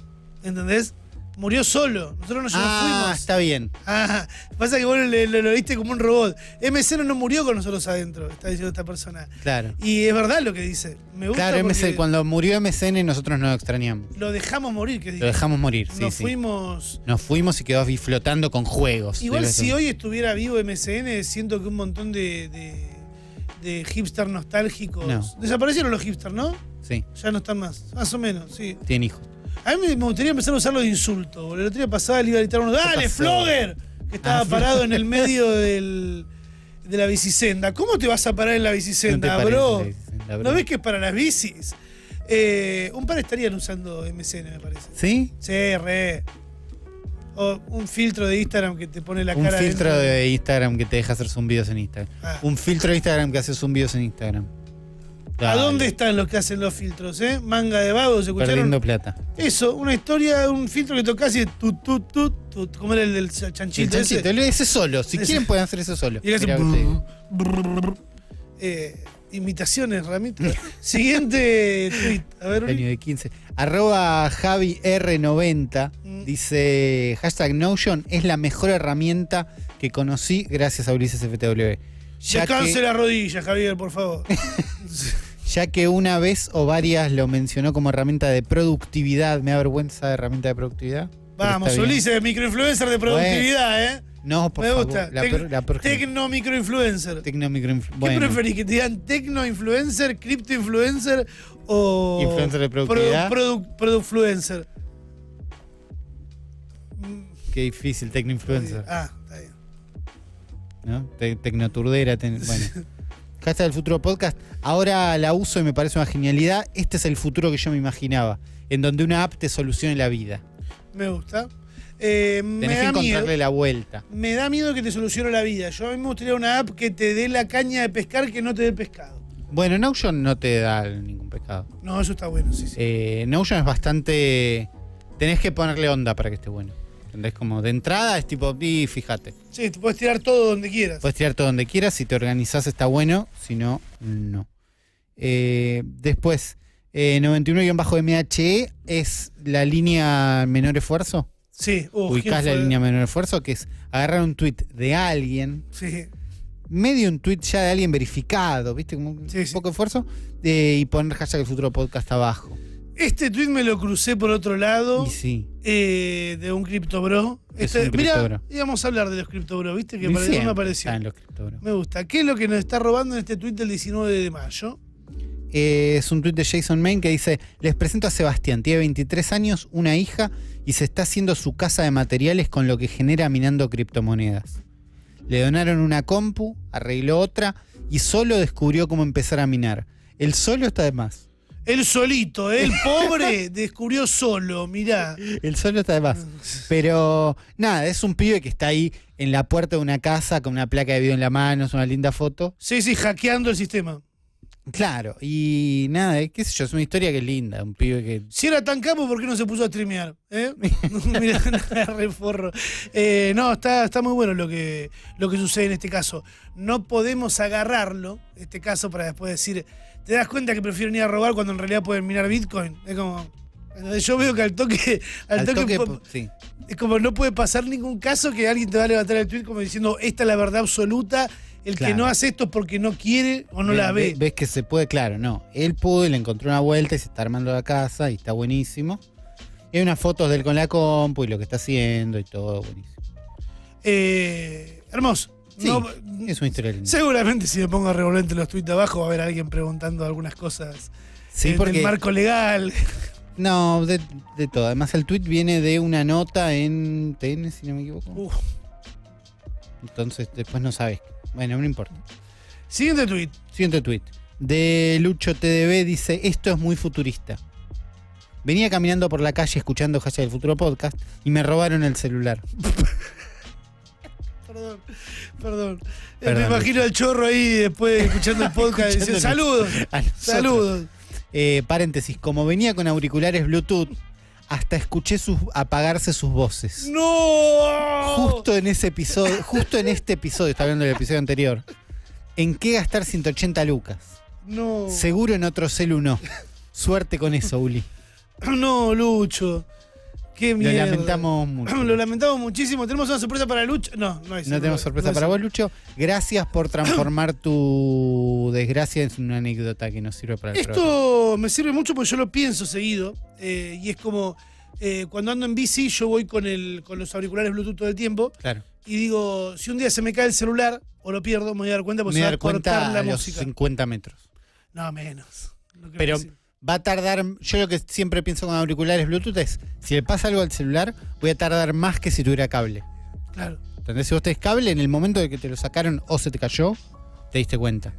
Speaker 2: ¿Entendés? Murió solo. Nosotros no nos
Speaker 3: ah,
Speaker 2: fuimos.
Speaker 3: está bien.
Speaker 2: Ah, pasa que vos le- lo, lo viste como un robot. MCN no murió con nosotros adentro, está diciendo esta persona.
Speaker 3: Claro.
Speaker 2: Y es verdad lo que dice. Me gusta
Speaker 3: Claro,
Speaker 2: porque
Speaker 3: MSN, cuando murió MSN nosotros no lo extrañamos.
Speaker 2: lo dejamos morir, que
Speaker 3: Lo
Speaker 2: dice.
Speaker 3: dejamos morir, sí,
Speaker 2: Nos
Speaker 3: sí.
Speaker 2: fuimos.
Speaker 3: Nos fuimos y quedó ahí flotando con juegos.
Speaker 2: Igual
Speaker 3: Debe
Speaker 2: si
Speaker 3: ser.
Speaker 2: hoy estuviera vivo MCN, siento que un montón de, de, de hipster nostálgicos.
Speaker 3: No.
Speaker 2: Desaparecieron los hipsters, ¿no?
Speaker 3: Sí,
Speaker 2: Ya no están más. Más o menos, sí.
Speaker 3: tiene hijos.
Speaker 2: A mí me gustaría empezar a usar los insultos. boludo. El otro día pasaba, le iba a gritar a uno, ¡Dale,
Speaker 3: pasó?
Speaker 2: Flogger! Que estaba
Speaker 3: Ah,
Speaker 2: parado en el
Speaker 3: [LAUGHS]
Speaker 2: medio del, de la bicisenda. ¿Cómo te vas a parar en la
Speaker 3: No te
Speaker 2: bicisenda,
Speaker 3: parece,
Speaker 2: bro?
Speaker 3: le dicen, la
Speaker 2: ¿No
Speaker 3: bro.
Speaker 2: ves que es para las bicis? Eh, un par estarían usando MCN, me parece.
Speaker 3: ¿Sí?
Speaker 2: Sí, re. O un filtro de Instagram que te pone la
Speaker 3: Un
Speaker 2: cara.
Speaker 3: filtro
Speaker 2: dentro.
Speaker 3: de Instagram que te deja hacer zumbidos en Instagram.
Speaker 2: Ah.
Speaker 3: Un filtro de Instagram que hace zumbidos en Instagram.
Speaker 2: ¿A
Speaker 3: Dale,
Speaker 2: dónde están los que hacen los filtros, eh? Manga de vagos, ¿escucharon?
Speaker 3: Perdiendo plata.
Speaker 2: Eso, una historia, un filtro que tocas y tut, tut, tut, tut. ¿Cómo era el del chanchito?
Speaker 3: El
Speaker 2: ese?
Speaker 3: chanchito, ese, solo. Si
Speaker 2: Ese.
Speaker 3: quieren pueden hacer eso solo.
Speaker 2: Y le hace
Speaker 3: Mirá que te digo.
Speaker 2: brr, brr, brr. Eh, imitaciones, Ramito. Siguiente tweet. A ver,
Speaker 3: año
Speaker 2: Uli.
Speaker 3: de 15. Arroba Javi R90
Speaker 2: Mm.
Speaker 3: dice hashtag Notion es la mejor herramienta que conocí gracias a Ulises FTW. Ya
Speaker 2: Descanse
Speaker 3: que,
Speaker 2: la rodilla, Javier, por
Speaker 3: [LAUGHS]
Speaker 2: favor.
Speaker 3: ya que una vez o varias lo mencionó como herramienta de productividad. Me da vergüenza de herramienta de productividad. pero
Speaker 2: Vamos,
Speaker 3: está bien.
Speaker 2: Ulises, microinfluencer de productividad, ¿eh?
Speaker 3: No, por
Speaker 2: Me
Speaker 3: favor.
Speaker 2: gusta.
Speaker 3: La,
Speaker 2: Tec-
Speaker 3: pro- la pro-
Speaker 2: Tecno microinfluencer. ¿Qué
Speaker 3: tecno microinflu- bueno,
Speaker 2: preferís? ¿Que te digan tecno influencer, cripto influencer o.
Speaker 3: Influencer de
Speaker 2: produ-
Speaker 3: productividad.
Speaker 2: produ- productfluencer? Mm,
Speaker 3: Qué difícil, tecno influencer.
Speaker 2: Ah, está bien.
Speaker 3: ¿no? Te-
Speaker 2: [LAUGHS]
Speaker 3: Tecnoturdera. ten- bueno. Hashtag el futuro podcast. Ahora la uso y me parece una genialidad. Este es el futuro que yo me imaginaba. En donde una app te solucione la vida.
Speaker 2: Me gusta. Eh, me
Speaker 3: Tenés que
Speaker 2: da miedo.
Speaker 3: encontrarle la vuelta.
Speaker 2: Me da miedo que te solucione la vida. Yo a mí me gustaría una app que te dé la caña de pescar que no te dé el pescado.
Speaker 3: Bueno, Notion no te da ningún pecado.
Speaker 2: No, eso está bueno, sí, sí.
Speaker 3: Eh, Notion es bastante. Tenés que ponerle onda para que esté bueno. ¿Entendés? Como de entrada es tipo, y fíjate.
Speaker 2: Sí, te puedes tirar todo donde quieras.
Speaker 3: Puedes tirarte donde quieras, si te organizás está bueno, si no, no. Eh, después, eh, 91-MHE E es la línea menor esfuerzo.
Speaker 2: sí, uh,
Speaker 3: Ubicás
Speaker 2: ¿quién
Speaker 3: la
Speaker 2: fue?
Speaker 3: línea menor esfuerzo, que es agarrar un tweet de alguien,
Speaker 2: Sí,
Speaker 3: medio un tweet ya de alguien verificado, ¿viste? Como un
Speaker 2: Sí, sí.
Speaker 3: poco esfuerzo, eh, y poner hashtag el futuro podcast abajo.
Speaker 2: Este tweet me lo crucé por otro lado
Speaker 3: Y sí,
Speaker 2: eh, de un cripto bro.
Speaker 3: Es
Speaker 2: Este-
Speaker 3: un cripto
Speaker 2: mirá,
Speaker 3: bro.
Speaker 2: íbamos a hablar de los cripto bro, ¿viste? Que
Speaker 3: y
Speaker 2: para- no me
Speaker 3: siempre
Speaker 2: apareció.
Speaker 3: están los criptobros.
Speaker 2: Me gusta. ¿Qué es lo que nos está robando en este tweet del 19 de mayo?
Speaker 3: eh, es un tuit de Jason Maine que dice: Les presento a Sebastián, tiene 23 años, una hija y se está haciendo su casa de materiales con lo que genera minando criptomonedas. Le donaron una compu, arregló otra y solo descubrió cómo empezar a minar. El solo está de más.
Speaker 2: Él solito, ¿eh? el
Speaker 3: [LAUGHS]
Speaker 2: pobre, descubrió solo, mirá.
Speaker 3: El solo está de más. Pero nada, es un pibe que está ahí en la puerta de una casa con una placa de video en la mano, es una linda foto.
Speaker 2: Sí, sí, hackeando el sistema.
Speaker 3: Claro, y nada, eh, qué sé yo, es una historia que es linda, un pibe que...
Speaker 2: Si era tan capo, ¿por qué no se puso a streamear?
Speaker 3: [LAUGHS]
Speaker 2: ¿Eh? [LAUGHS] Mirá, reforro. Eh, no, está, está muy bueno lo que, lo que sucede en este caso. No podemos agarrarlo, este caso, para después decir, ¿te das cuenta que prefieren ir a robar cuando en realidad pueden minar Bitcoin? Es como. Yo veo que al toque. Al,
Speaker 3: al
Speaker 2: toque,
Speaker 3: toque,
Speaker 2: po-
Speaker 3: po- sí.
Speaker 2: es como no puede pasar ningún caso que alguien te va a levantar el tweet como diciendo, esta es la verdad absoluta. El que
Speaker 3: Claro.
Speaker 2: no hace esto es porque no quiere o no
Speaker 3: Ve-
Speaker 2: la ve.
Speaker 3: ve- Ves que se puede, claro, no. Él pudo y le encontró una vuelta y se está armando la casa y está buenísimo. Y hay unas fotos de él con la compu y lo que está haciendo y todo, buenísimo.
Speaker 2: Eh, hermoso.
Speaker 3: Sí,
Speaker 2: No-
Speaker 3: es una historia linda.
Speaker 2: Seguramente si me pongo a revolver entre los tweets de abajo va a haber alguien preguntando algunas cosas
Speaker 3: Sí,
Speaker 2: eh,
Speaker 3: porque...
Speaker 2: del marco
Speaker 3: [LAUGHS]
Speaker 2: legal.
Speaker 3: No, de, de todo. Además el tweet viene de una nota en TN, si no me equivoco.
Speaker 2: Uf.
Speaker 3: Entonces después no sabes. Bueno, no importa.
Speaker 2: Siguiente tweet.
Speaker 3: Siguiente tweet. De Lucho TDB dice: Esto es muy futurista. Venía caminando por la calle escuchando Haya del Futuro podcast y me robaron el celular. [LAUGHS]
Speaker 2: Perdón, perdón. Eh, me
Speaker 3: Perdón,
Speaker 2: imagino al chorro ahí
Speaker 3: [LAUGHS]
Speaker 2: después escuchando el podcast y dice, saludos,
Speaker 3: Escuchándonos. A [LAUGHS] nosotros.
Speaker 2: saludos.
Speaker 3: Eh, paréntesis, como venía con auriculares Bluetooth, hasta escuché sus, apagarse sus voces.
Speaker 2: ¡No!
Speaker 3: Justo en ese episodio, justo en este episodio, está hablando del episodio anterior. ¿En qué gastar 180 lucas?
Speaker 2: No.
Speaker 3: Seguro en otro celu no. Suerte con eso, Uli.
Speaker 2: [CLEARS THROAT] No, Lucho. Qué
Speaker 3: Lo
Speaker 2: mierda. [CLEARS THROAT]
Speaker 3: lamentamos mucho.
Speaker 2: Lo lamentamos muchísimo. ¿Tenemos una sorpresa para Lucho? No, no hay
Speaker 3: No tenemos sorpresa para vos, Lucho. Gracias por transformar tu desgracia en una anécdota que nos sirve para el programa.
Speaker 2: Esto me sirve mucho porque yo lo pienso seguido. eh, y es como eh, cuando ando en bici, yo voy con, el, con los auriculares Bluetooth todo el tiempo.
Speaker 3: Claro.
Speaker 2: Y digo, si un día se me cae el celular o lo pierdo, me voy a dar cuenta
Speaker 3: Me
Speaker 2: porque
Speaker 3: voy
Speaker 2: se va
Speaker 3: a dar
Speaker 2: a cortar
Speaker 3: cuenta
Speaker 2: la
Speaker 3: a los
Speaker 2: música.
Speaker 3: 50 metros.
Speaker 2: No, menos. Lo que
Speaker 3: Pero
Speaker 2: me decís.
Speaker 3: va a tardar. Yo lo que siempre pienso con auriculares Bluetooth es: si le pasa algo al celular, voy a tardar más que si tuviera cable.
Speaker 2: Claro.
Speaker 3: ¿Entendés? Si vos tenés cable, en el momento de que te lo sacaron o se te cayó, te diste cuenta.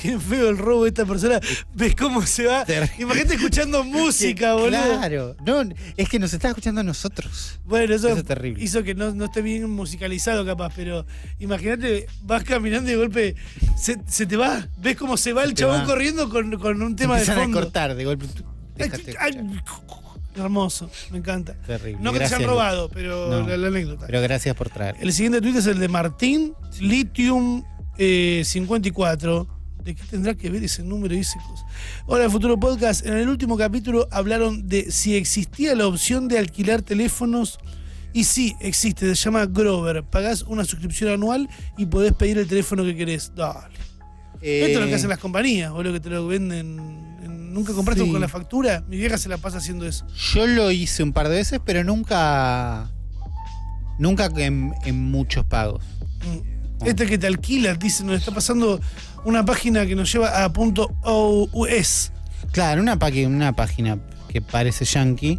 Speaker 2: Qué feo el robo de esta
Speaker 3: [LAUGHS]
Speaker 2: persona. ¿Ves cómo se va?
Speaker 3: Ter-
Speaker 2: Imagínate
Speaker 3: [LAUGHS]
Speaker 2: escuchando música, boludo.
Speaker 3: Claro. No, es que nos está escuchando a nosotros.
Speaker 2: Bueno, eso,
Speaker 3: Eso es terrible.
Speaker 2: hizo que no, no esté bien musicalizado capaz, pero imagínate, vas caminando y de golpe se, se te va, ves cómo se va el
Speaker 3: te
Speaker 2: chabón
Speaker 3: va.
Speaker 2: corriendo con, con un tema de
Speaker 3: Empiezan
Speaker 2: fondo.
Speaker 3: a cortar de golpe. Dejaste de
Speaker 2: Ay,
Speaker 3: escuchar.
Speaker 2: ay, hermoso, me encanta.
Speaker 3: Terrible.
Speaker 2: No que te
Speaker 3: Gracias,
Speaker 2: hayan robado, pero
Speaker 3: No.
Speaker 2: la, la anécdota.
Speaker 3: Pero gracias por traer.
Speaker 2: El siguiente tweet es el de Martín Lithium eh, 54. ¿De qué tendrá que ver ese número y ese cosa? Hola, futuro podcast. En el último capítulo hablaron de si existía la opción de alquilar teléfonos. Y sí, existe, se llama Grover. Pagás una suscripción anual y podés pedir el teléfono que querés. Dale.
Speaker 3: Eh.
Speaker 2: Esto es lo que hacen las compañías, boludo, que te lo venden. en- ¿Nunca compraste
Speaker 3: Sí.
Speaker 2: con la factura? Mi vieja se la pasa haciendo eso.
Speaker 3: Yo lo hice un par de veces, pero nunca. Nunca en, en muchos pagos.
Speaker 2: Mm. Este que te alquila, dice, nos está pasando una página que nos lleva a punto .us.
Speaker 3: Claro, una, pa- una página que parece yankee,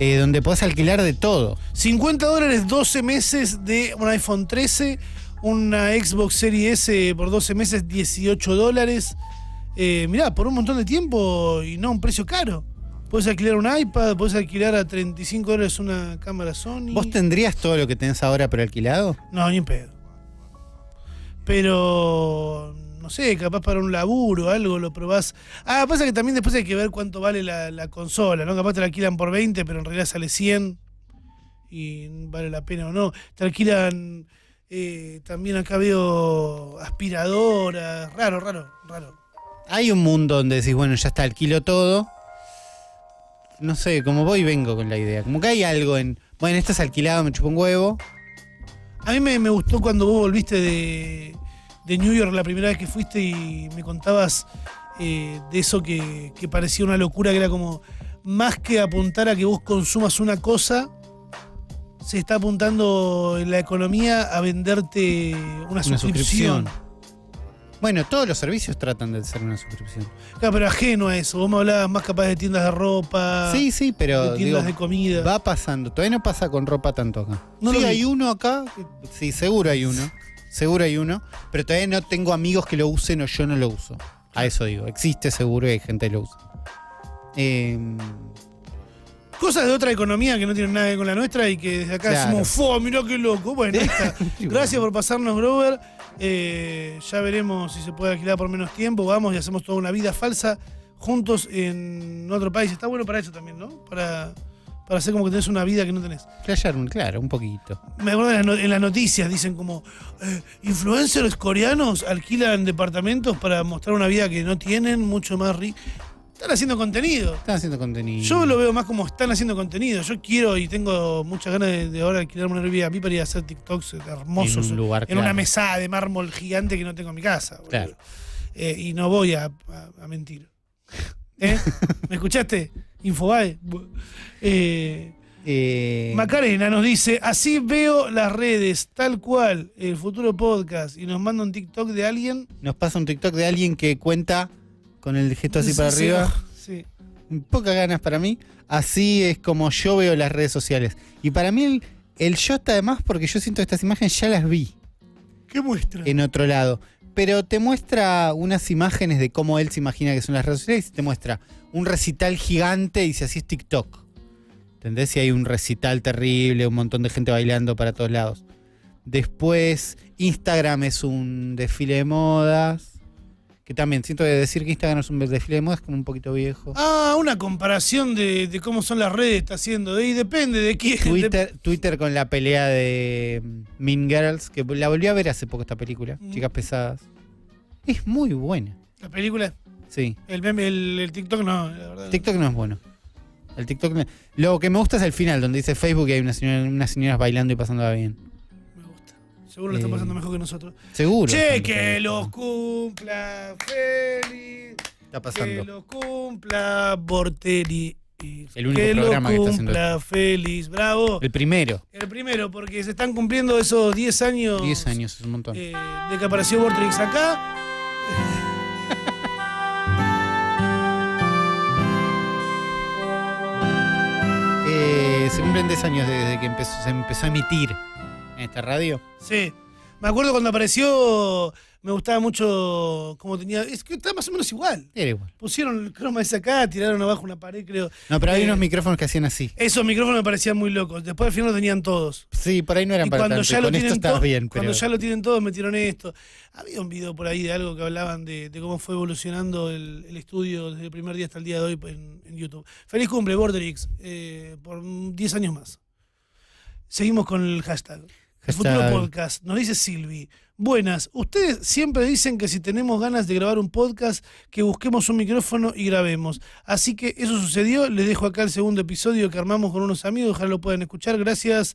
Speaker 3: eh, donde podés alquilar de todo.
Speaker 2: 50 dólares, 12 meses de un iPhone 13, una Xbox Series S por 12 meses, 18 dólares. Eh, mirá, por un montón de tiempo y no a un precio caro. Puedes alquilar un iPad, puedes alquilar a 35 dólares una cámara Sony.
Speaker 3: ¿Vos tendrías todo lo que tenés ahora pero alquilado?
Speaker 2: No, ni en pedo. Pero, no sé, capaz para un laburo o algo lo probás. Ah, pasa que también después hay que ver cuánto vale la, la consola, ¿no? Capaz te la alquilan por 20, pero en realidad sale 100 y vale la pena o no. Te alquilan, eh, también acá veo aspiradoras, raro, raro, raro.
Speaker 3: Hay un mundo donde decís, bueno, ya está, alquilo todo. No sé, como voy vengo con la idea. Como que hay algo en. Bueno, esto es alquilado, me chupo un huevo.
Speaker 2: A mí me, me gustó cuando vos volviste de, de New York la primera vez que fuiste y me contabas eh, de eso que, que parecía una locura, que era como más que apuntar a que vos consumas una cosa, se está apuntando en la economía a venderte una,
Speaker 3: Una
Speaker 2: suscripción.
Speaker 3: suscripción. Bueno, todos los servicios tratan de hacer una suscripción.
Speaker 2: Claro, pero ajeno a eso. Vos me hablabas más capaz de tiendas de ropa,
Speaker 3: sí, sí, pero
Speaker 2: Ah. de tiendas
Speaker 3: digo,
Speaker 2: de comida.
Speaker 3: va pasando. Todavía no pasa con ropa tanto acá.
Speaker 2: No
Speaker 3: sí,
Speaker 2: lo vi.
Speaker 3: hay uno acá. Sí, seguro hay uno. Seguro hay uno. Pero todavía no tengo amigos que lo usen o yo no lo uso. A eso digo. Existe seguro y hay gente que lo usa. Eh,
Speaker 2: Cosas de otra economía que no tienen nada que ver con la nuestra y que desde acá
Speaker 3: Claro.
Speaker 2: decimos, ¡fo! Mirá qué loco.
Speaker 3: [LAUGHS]
Speaker 2: Bueno, ahí está. [LAUGHS] gracias por pasarnos, Grover. Eh, ya veremos si se puede alquilar por menos tiempo. Vamos y hacemos toda una vida falsa juntos en otro país. Está bueno para eso también, ¿no? Para, para hacer como que tenés una vida que no tenés.
Speaker 3: flashear un- claro, un poquito.
Speaker 2: Me acuerdo en las, no- en las noticias, dicen como eh, influencers coreanos alquilan departamentos para mostrar una vida que no tienen, mucho más rica. Están haciendo contenido.
Speaker 3: Están haciendo contenido.
Speaker 2: Yo lo veo más como están haciendo contenido. Yo quiero y tengo muchas ganas de, de ahora alquilarme una Airbnb para ir a hacer TikToks hermosos.
Speaker 3: En un lugar,
Speaker 2: en una
Speaker 3: Ah, claro.
Speaker 2: mesada de mármol gigante que no tengo en mi casa. boludo.
Speaker 3: Claro.
Speaker 2: Eh, y no voy a, a- a mentir. [LAUGHS] ¿Eh? ¿Me escuchaste? Infobae. Bu- Eh,
Speaker 3: Eh,
Speaker 2: Macarena nos dice, así veo las redes, tal cual, el futuro podcast, y nos manda un TikTok de alguien.
Speaker 3: nos pasa un TikTok de alguien que cuenta con el gesto así para
Speaker 2: Sí,
Speaker 3: arriba.
Speaker 2: Sí.
Speaker 3: Pocas ganas para mí. Así es como yo veo las redes sociales. Y para mí el, el yo está de más porque yo siento que estas imágenes ya las vi
Speaker 2: ¿Qué muestra?
Speaker 3: en otro lado. Pero te muestra unas imágenes de cómo él se imagina que son las redes sociales y te muestra un recital gigante y dice así es TikTok. ¿Entendés? Si hay un recital terrible, un montón de gente bailando para todos lados. Después, Instagram es un desfile de modas. Que también siento que decir que Instagram es un desfile de modas es como un poquito viejo.
Speaker 2: Ah, una comparación de, de cómo son las redes está haciendo. Y depende de quién.
Speaker 3: Twitter, Twitter con la pelea de mm, Mean Girls, que la volví a ver hace poco esta película,
Speaker 2: Mm.
Speaker 3: Chicas Pesadas. Es muy buena.
Speaker 2: de- la película,
Speaker 3: Sí.
Speaker 2: el meme, el, el TikTok no, la verdad.
Speaker 3: TikTok no es bueno. El TikTok no- Lo que me gusta es el final, donde dice Facebook y hay una señora- unas señoras bailando y pasándola bien.
Speaker 2: Me gusta. Seguro lo está
Speaker 3: Eh,
Speaker 2: pasando mejor que nosotros.
Speaker 3: Seguro.
Speaker 2: Che,
Speaker 3: están
Speaker 2: que
Speaker 3: pasando.
Speaker 2: los cumpla feliz.
Speaker 3: Está
Speaker 2: Que
Speaker 3: pasando.
Speaker 2: lo cumpla Bortelli.
Speaker 3: El único
Speaker 2: que
Speaker 3: programa que
Speaker 2: lo
Speaker 3: está haciendo
Speaker 2: cumpla feliz. Bravo.
Speaker 3: El primero.
Speaker 2: El primero, porque se están cumpliendo esos 10 años.
Speaker 3: 10 años, es un montón.
Speaker 2: eh, de que apareció Vortrix acá.
Speaker 3: Eh, se cumplen 10 años desde que empezó, se empezó a emitir en esta radio.
Speaker 2: Sí. Me acuerdo cuando apareció, me gustaba mucho cómo tenía. Es que está más o menos igual.
Speaker 3: Era igual.
Speaker 2: Pusieron el croma ese acá, tiraron abajo una pared, creo.
Speaker 3: No, pero hay
Speaker 2: Eh.
Speaker 3: unos micrófonos que hacían así.
Speaker 2: Esos micrófonos me parecían muy locos. Después al final lo tenían todos.
Speaker 3: Sí, por ahí no eran
Speaker 2: Y
Speaker 3: para
Speaker 2: cuando
Speaker 3: tanto.
Speaker 2: ya
Speaker 3: y
Speaker 2: lo
Speaker 3: con esto
Speaker 2: tienen
Speaker 3: estás
Speaker 2: to-
Speaker 3: bien, pero.
Speaker 2: Cuando ya lo tienen todos metieron esto. Había un video por ahí de algo que hablaban de, de cómo fue evolucionando el, el estudio desde el primer día hasta el día de hoy pues, en, en YouTube. Feliz cumple, Borderix, eh, por un 10 años más. Seguimos con el hashtag. El
Speaker 3: Hashtag.
Speaker 2: futuro podcast, nos dice Silvi. Buenas, ustedes siempre dicen que si tenemos ganas de grabar un podcast, que busquemos un micrófono y grabemos. Así que eso sucedió, les dejo acá el segundo episodio que armamos con unos amigos, ojalá lo puedan escuchar, gracias.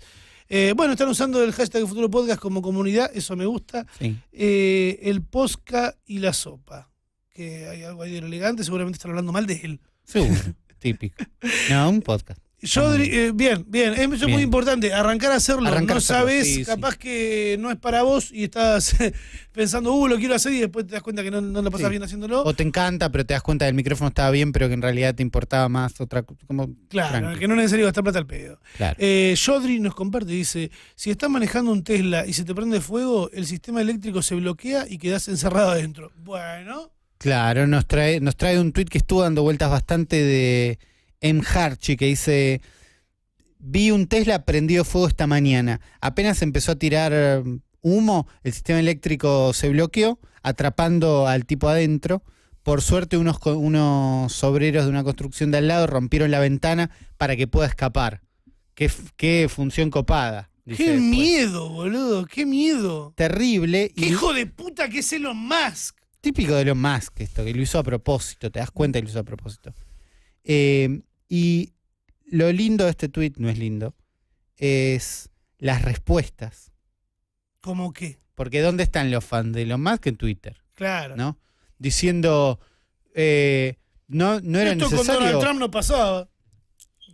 Speaker 2: Eh, bueno, están usando el hashtag Futuro Podcast como comunidad, eso me gusta.
Speaker 3: Sí.
Speaker 2: Eh, el posca y la sopa, que hay algo ahí de lo elegante, seguramente están hablando mal de él.
Speaker 3: Seguro, [LAUGHS] típico. No, un podcast.
Speaker 2: Yo, diri- eh, bien, bien, eso es
Speaker 3: Bien.
Speaker 2: muy importante, arrancar a hacerlo,
Speaker 3: Arrancar
Speaker 2: no
Speaker 3: a hacerlo,
Speaker 2: sabes,
Speaker 3: sí, sí.
Speaker 2: capaz que no es para vos y estás [LAUGHS] pensando, uh, lo quiero hacer y después te das cuenta que no, no lo pasas
Speaker 3: Sí.
Speaker 2: bien haciéndolo.
Speaker 3: O te encanta, pero te das cuenta del micrófono estaba bien, pero que en realidad te importaba más otra co- como
Speaker 2: claro,
Speaker 3: tranqui,
Speaker 2: que no es necesario gastar plata al pedo.
Speaker 3: claro.
Speaker 2: Eh, Jodri nos comparte, dice, si estás manejando un Tesla y se te prende fuego, el sistema eléctrico se bloquea y quedás encerrado adentro. Bueno,
Speaker 3: Claro, nos trae, nos trae un tweet que estuvo dando vueltas bastante de M. Harchi que dice Vi un Tesla prendido fuego esta mañana. Apenas empezó a tirar eh, humo, el sistema eléctrico se bloqueó, atrapando al tipo adentro. Por suerte, unos, co- unos obreros de una construcción de al lado rompieron la ventana para que pueda escapar. Qué, f- qué función copada. dice
Speaker 2: qué
Speaker 3: después.
Speaker 2: miedo, boludo, qué miedo.
Speaker 3: Terrible.
Speaker 2: Qué
Speaker 3: y-
Speaker 2: hijo de puta que es Elon Musk.
Speaker 3: Típico de Elon Musk esto, que lo hizo a propósito, te das cuenta que lo hizo a propósito. Eh, y lo lindo de este tweet, no es lindo, es las respuestas.
Speaker 2: ¿Cómo qué?
Speaker 3: Porque ¿dónde están los fans de Elon Musk en Twitter?
Speaker 2: Claro.
Speaker 3: ¿No? Diciendo, eh, no, no era
Speaker 2: Esto con Donald
Speaker 3: necesario...
Speaker 2: Trump no pasaba.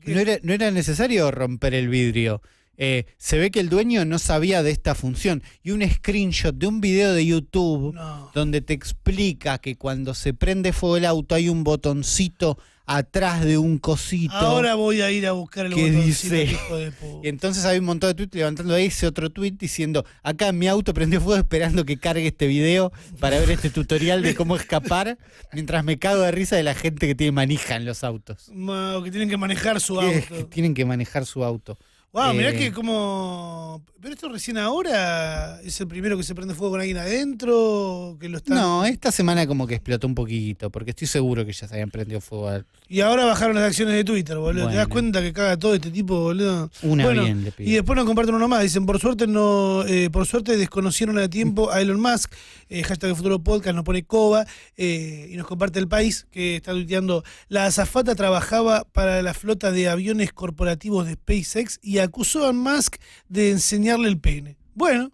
Speaker 3: No era, no era necesario romper el vidrio. eh, se ve que el dueño no sabía de esta función. Y un screenshot de un video de YouTube
Speaker 2: No.
Speaker 3: donde te explica que cuando se prende fuego el auto hay un botoncito atrás de un cosito.
Speaker 2: Ahora voy a ir a buscar el
Speaker 3: ¿Qué
Speaker 2: botoncito,
Speaker 3: dice?
Speaker 2: hijo de
Speaker 3: [LAUGHS]
Speaker 2: puta.
Speaker 3: Y entonces hay un montón de tweets levantando ese otro tweet diciendo, acá mi auto prendió fuego esperando que cargue este video para ver este tutorial de cómo escapar, mientras me cago de risa de la gente que tiene manija en los autos.
Speaker 2: Ma- o que tienen que manejar su
Speaker 3: Que- que
Speaker 2: auto.
Speaker 3: tienen que manejar su auto.
Speaker 2: Wow, mirá
Speaker 3: eh.
Speaker 2: que como. Pero esto recién ahora es el primero que se prende fuego con alguien adentro, que lo están.
Speaker 3: No, esta semana como que explotó un poquito, porque estoy seguro que ya se habían prendido fuego a
Speaker 2: Y ahora bajaron las acciones de Twitter, boludo. Te das
Speaker 3: Bueno.
Speaker 2: cuenta que caga todo este tipo, boludo.
Speaker 3: una
Speaker 2: Bueno,
Speaker 3: bien, le pido.
Speaker 2: Y después nos comparten uno más. Dicen, por suerte no, eh, por suerte desconocieron a tiempo a Elon Musk. Eh, hashtag futuro podcast nos pone Coba eh, y nos comparte el país que está tuiteando. La azafata trabajaba para la flota de aviones corporativos de SpaceX y acusó a Musk de enseñarle el pene. Bueno,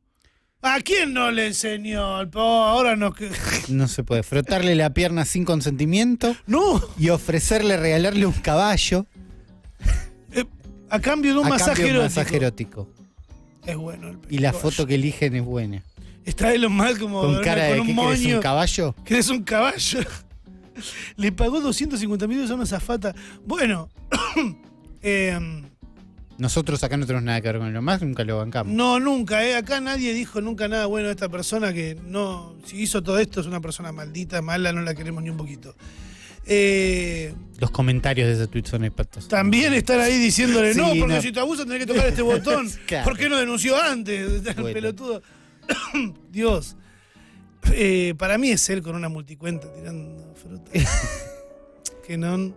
Speaker 2: ¿a quién no le enseñó? Po, ahora no. que- [LAUGHS]
Speaker 3: No se puede. Frotarle la pierna sin consentimiento
Speaker 2: No,
Speaker 3: y ofrecerle regalarle un caballo
Speaker 2: eh, a cambio de un
Speaker 3: a
Speaker 2: masaje
Speaker 3: cambio de un
Speaker 2: erótico.
Speaker 3: masaje erótico.
Speaker 2: Es bueno el pene.
Speaker 3: Y la foto que eligen es buena.
Speaker 2: Está Elon Musk como
Speaker 3: Con cara de
Speaker 2: un
Speaker 3: que querés
Speaker 2: moño.
Speaker 3: un caballo.
Speaker 2: que es un caballo. Le pagó 250 mil dólares a una zafata. Bueno, [COUGHS] em,
Speaker 3: Nosotros acá no tenemos nada que ver con lo más, nunca lo bancamos.
Speaker 2: no, nunca, eh. acá nadie dijo nunca nada bueno de esta persona que no, si hizo todo esto es una persona maldita, mala, no la queremos ni un poquito. Eh,
Speaker 3: Los comentarios de ese tweet son expertos.
Speaker 2: también estar ahí diciéndole,
Speaker 3: Sí,
Speaker 2: no, porque
Speaker 3: no.
Speaker 2: si te abusan tenés que tocar este botón.
Speaker 3: [LAUGHS] Claro.
Speaker 2: ¿Por qué no denunció antes? [LAUGHS]
Speaker 3: Bueno.
Speaker 2: Pelotudo. [COUGHS] Dios. Eh, para mí es él con una multicuenta tirando
Speaker 3: [LAUGHS]
Speaker 2: fruta. que no.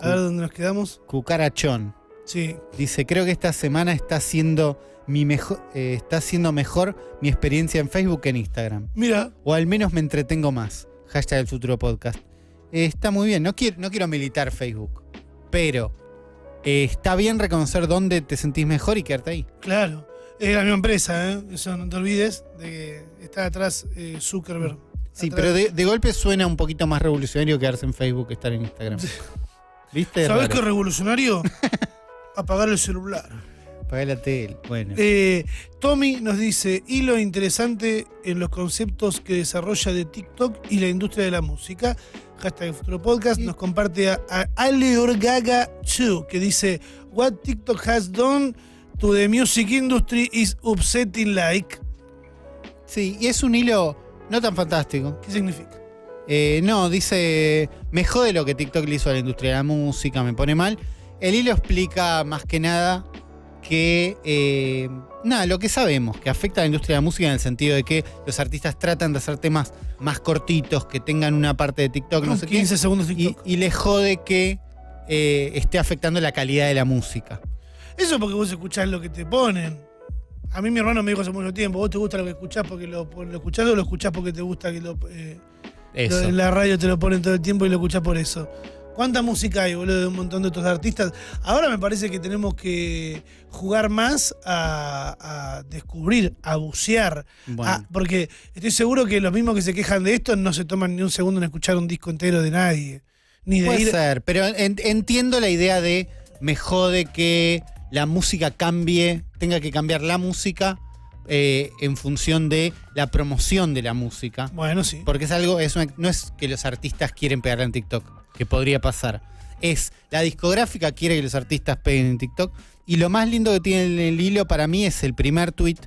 Speaker 2: A ver dónde nos quedamos.
Speaker 3: Cucarachón
Speaker 2: Sí.
Speaker 3: dice, creo que esta semana está siendo mi mejor eh, está siendo mejor mi experiencia en Facebook que en Instagram.
Speaker 2: Mira,
Speaker 3: O al menos me entretengo más. Hashtag el futuro podcast. Eh, está muy bien. No quiero, no quiero militar Facebook. Pero eh, está bien reconocer dónde te sentís mejor y quedarte ahí.
Speaker 2: claro. Es la misma empresa, ¿eh? Eso no te olvides de que está atrás eh, Zuckerberg.
Speaker 3: Sí,
Speaker 2: Atrás.
Speaker 3: pero de, de golpe suena un poquito más revolucionario quedarse en Facebook que estar en Instagram. ¿Viste?
Speaker 2: ¿Sabés
Speaker 3: Raro.
Speaker 2: qué es
Speaker 3: [LAUGHS]
Speaker 2: revolucionario? Apagar el celular.
Speaker 3: Apagá la tele. Bueno.
Speaker 2: Eh, Tommy nos dice, hilo interesante en los conceptos que desarrolla de TikTok y la industria de la música. Hashtag Futuro Podcast nos comparte a, a Ale Orgaga 2 que dice, What TikTok has done to the music industry is upsetting like.
Speaker 3: Sí, y es un hilo no tan fantástico.
Speaker 2: ¿Qué significa?
Speaker 3: Eh, no, dice, me jode lo que TikTok le hizo a la industria de la música, me pone mal. El hilo explica más que nada que, eh, nada, lo que sabemos, que afecta a la industria de la música en el sentido de que los artistas tratan de hacer temas más cortitos, que tengan una parte de TikTok, no sé qué,
Speaker 2: 15 segundos
Speaker 3: y,
Speaker 2: TikTok.
Speaker 3: y le jode que eh, esté afectando la calidad de la música.
Speaker 2: Eso porque vos escuchás lo que te ponen. A mí mi hermano me dijo hace mucho tiempo, vos te gusta lo que escuchás porque lo, lo escuchás o lo escuchás porque te gusta que lo... eh, Lo-
Speaker 3: Eso.
Speaker 2: En la radio te lo ponen todo el tiempo y lo escuchás por eso. ¿Cuánta música hay, boludo, de un montón de estos artistas? Ahora me parece que tenemos que jugar más a, a descubrir, a bucear.
Speaker 3: Bueno.
Speaker 2: a- porque estoy seguro que los mismos que se quejan de esto no se toman ni un segundo en escuchar un disco entero de nadie. Ni de
Speaker 3: Puede
Speaker 2: ir.
Speaker 3: ser, pero en- entiendo la idea de me jode que la música cambie, tenga que cambiar la música eh, en función de la promoción de la música.
Speaker 2: Bueno, sí.
Speaker 3: Porque es algo, es una- no es que los artistas quieren pegar en TikTok, que podría pasar. Es la discográfica quiere que los artistas peguen en TikTok. Y lo más lindo que tiene el hilo para mí es el primer tweet,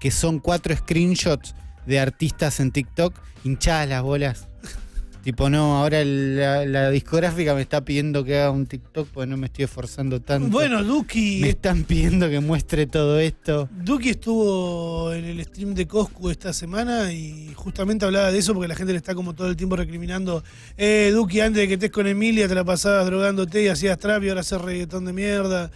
Speaker 3: que son cuatro screenshots de artistas en TikTok, hinchadas las bolas. [LAUGHS] Tipo, no, ahora la, la discográfica me está pidiendo que haga un TikTok porque no me estoy esforzando tanto.
Speaker 2: Bueno,
Speaker 3: me
Speaker 2: Duki.
Speaker 3: están pidiendo que muestre todo esto.
Speaker 2: Duki estuvo en el stream de Coscu esta semana y justamente hablaba de eso porque la gente le está como todo el tiempo recriminando. Eh, Duki, antes de que estés con Emilia te la pasabas drogándote y hacías trap y ahora haces reggaetón de mierda.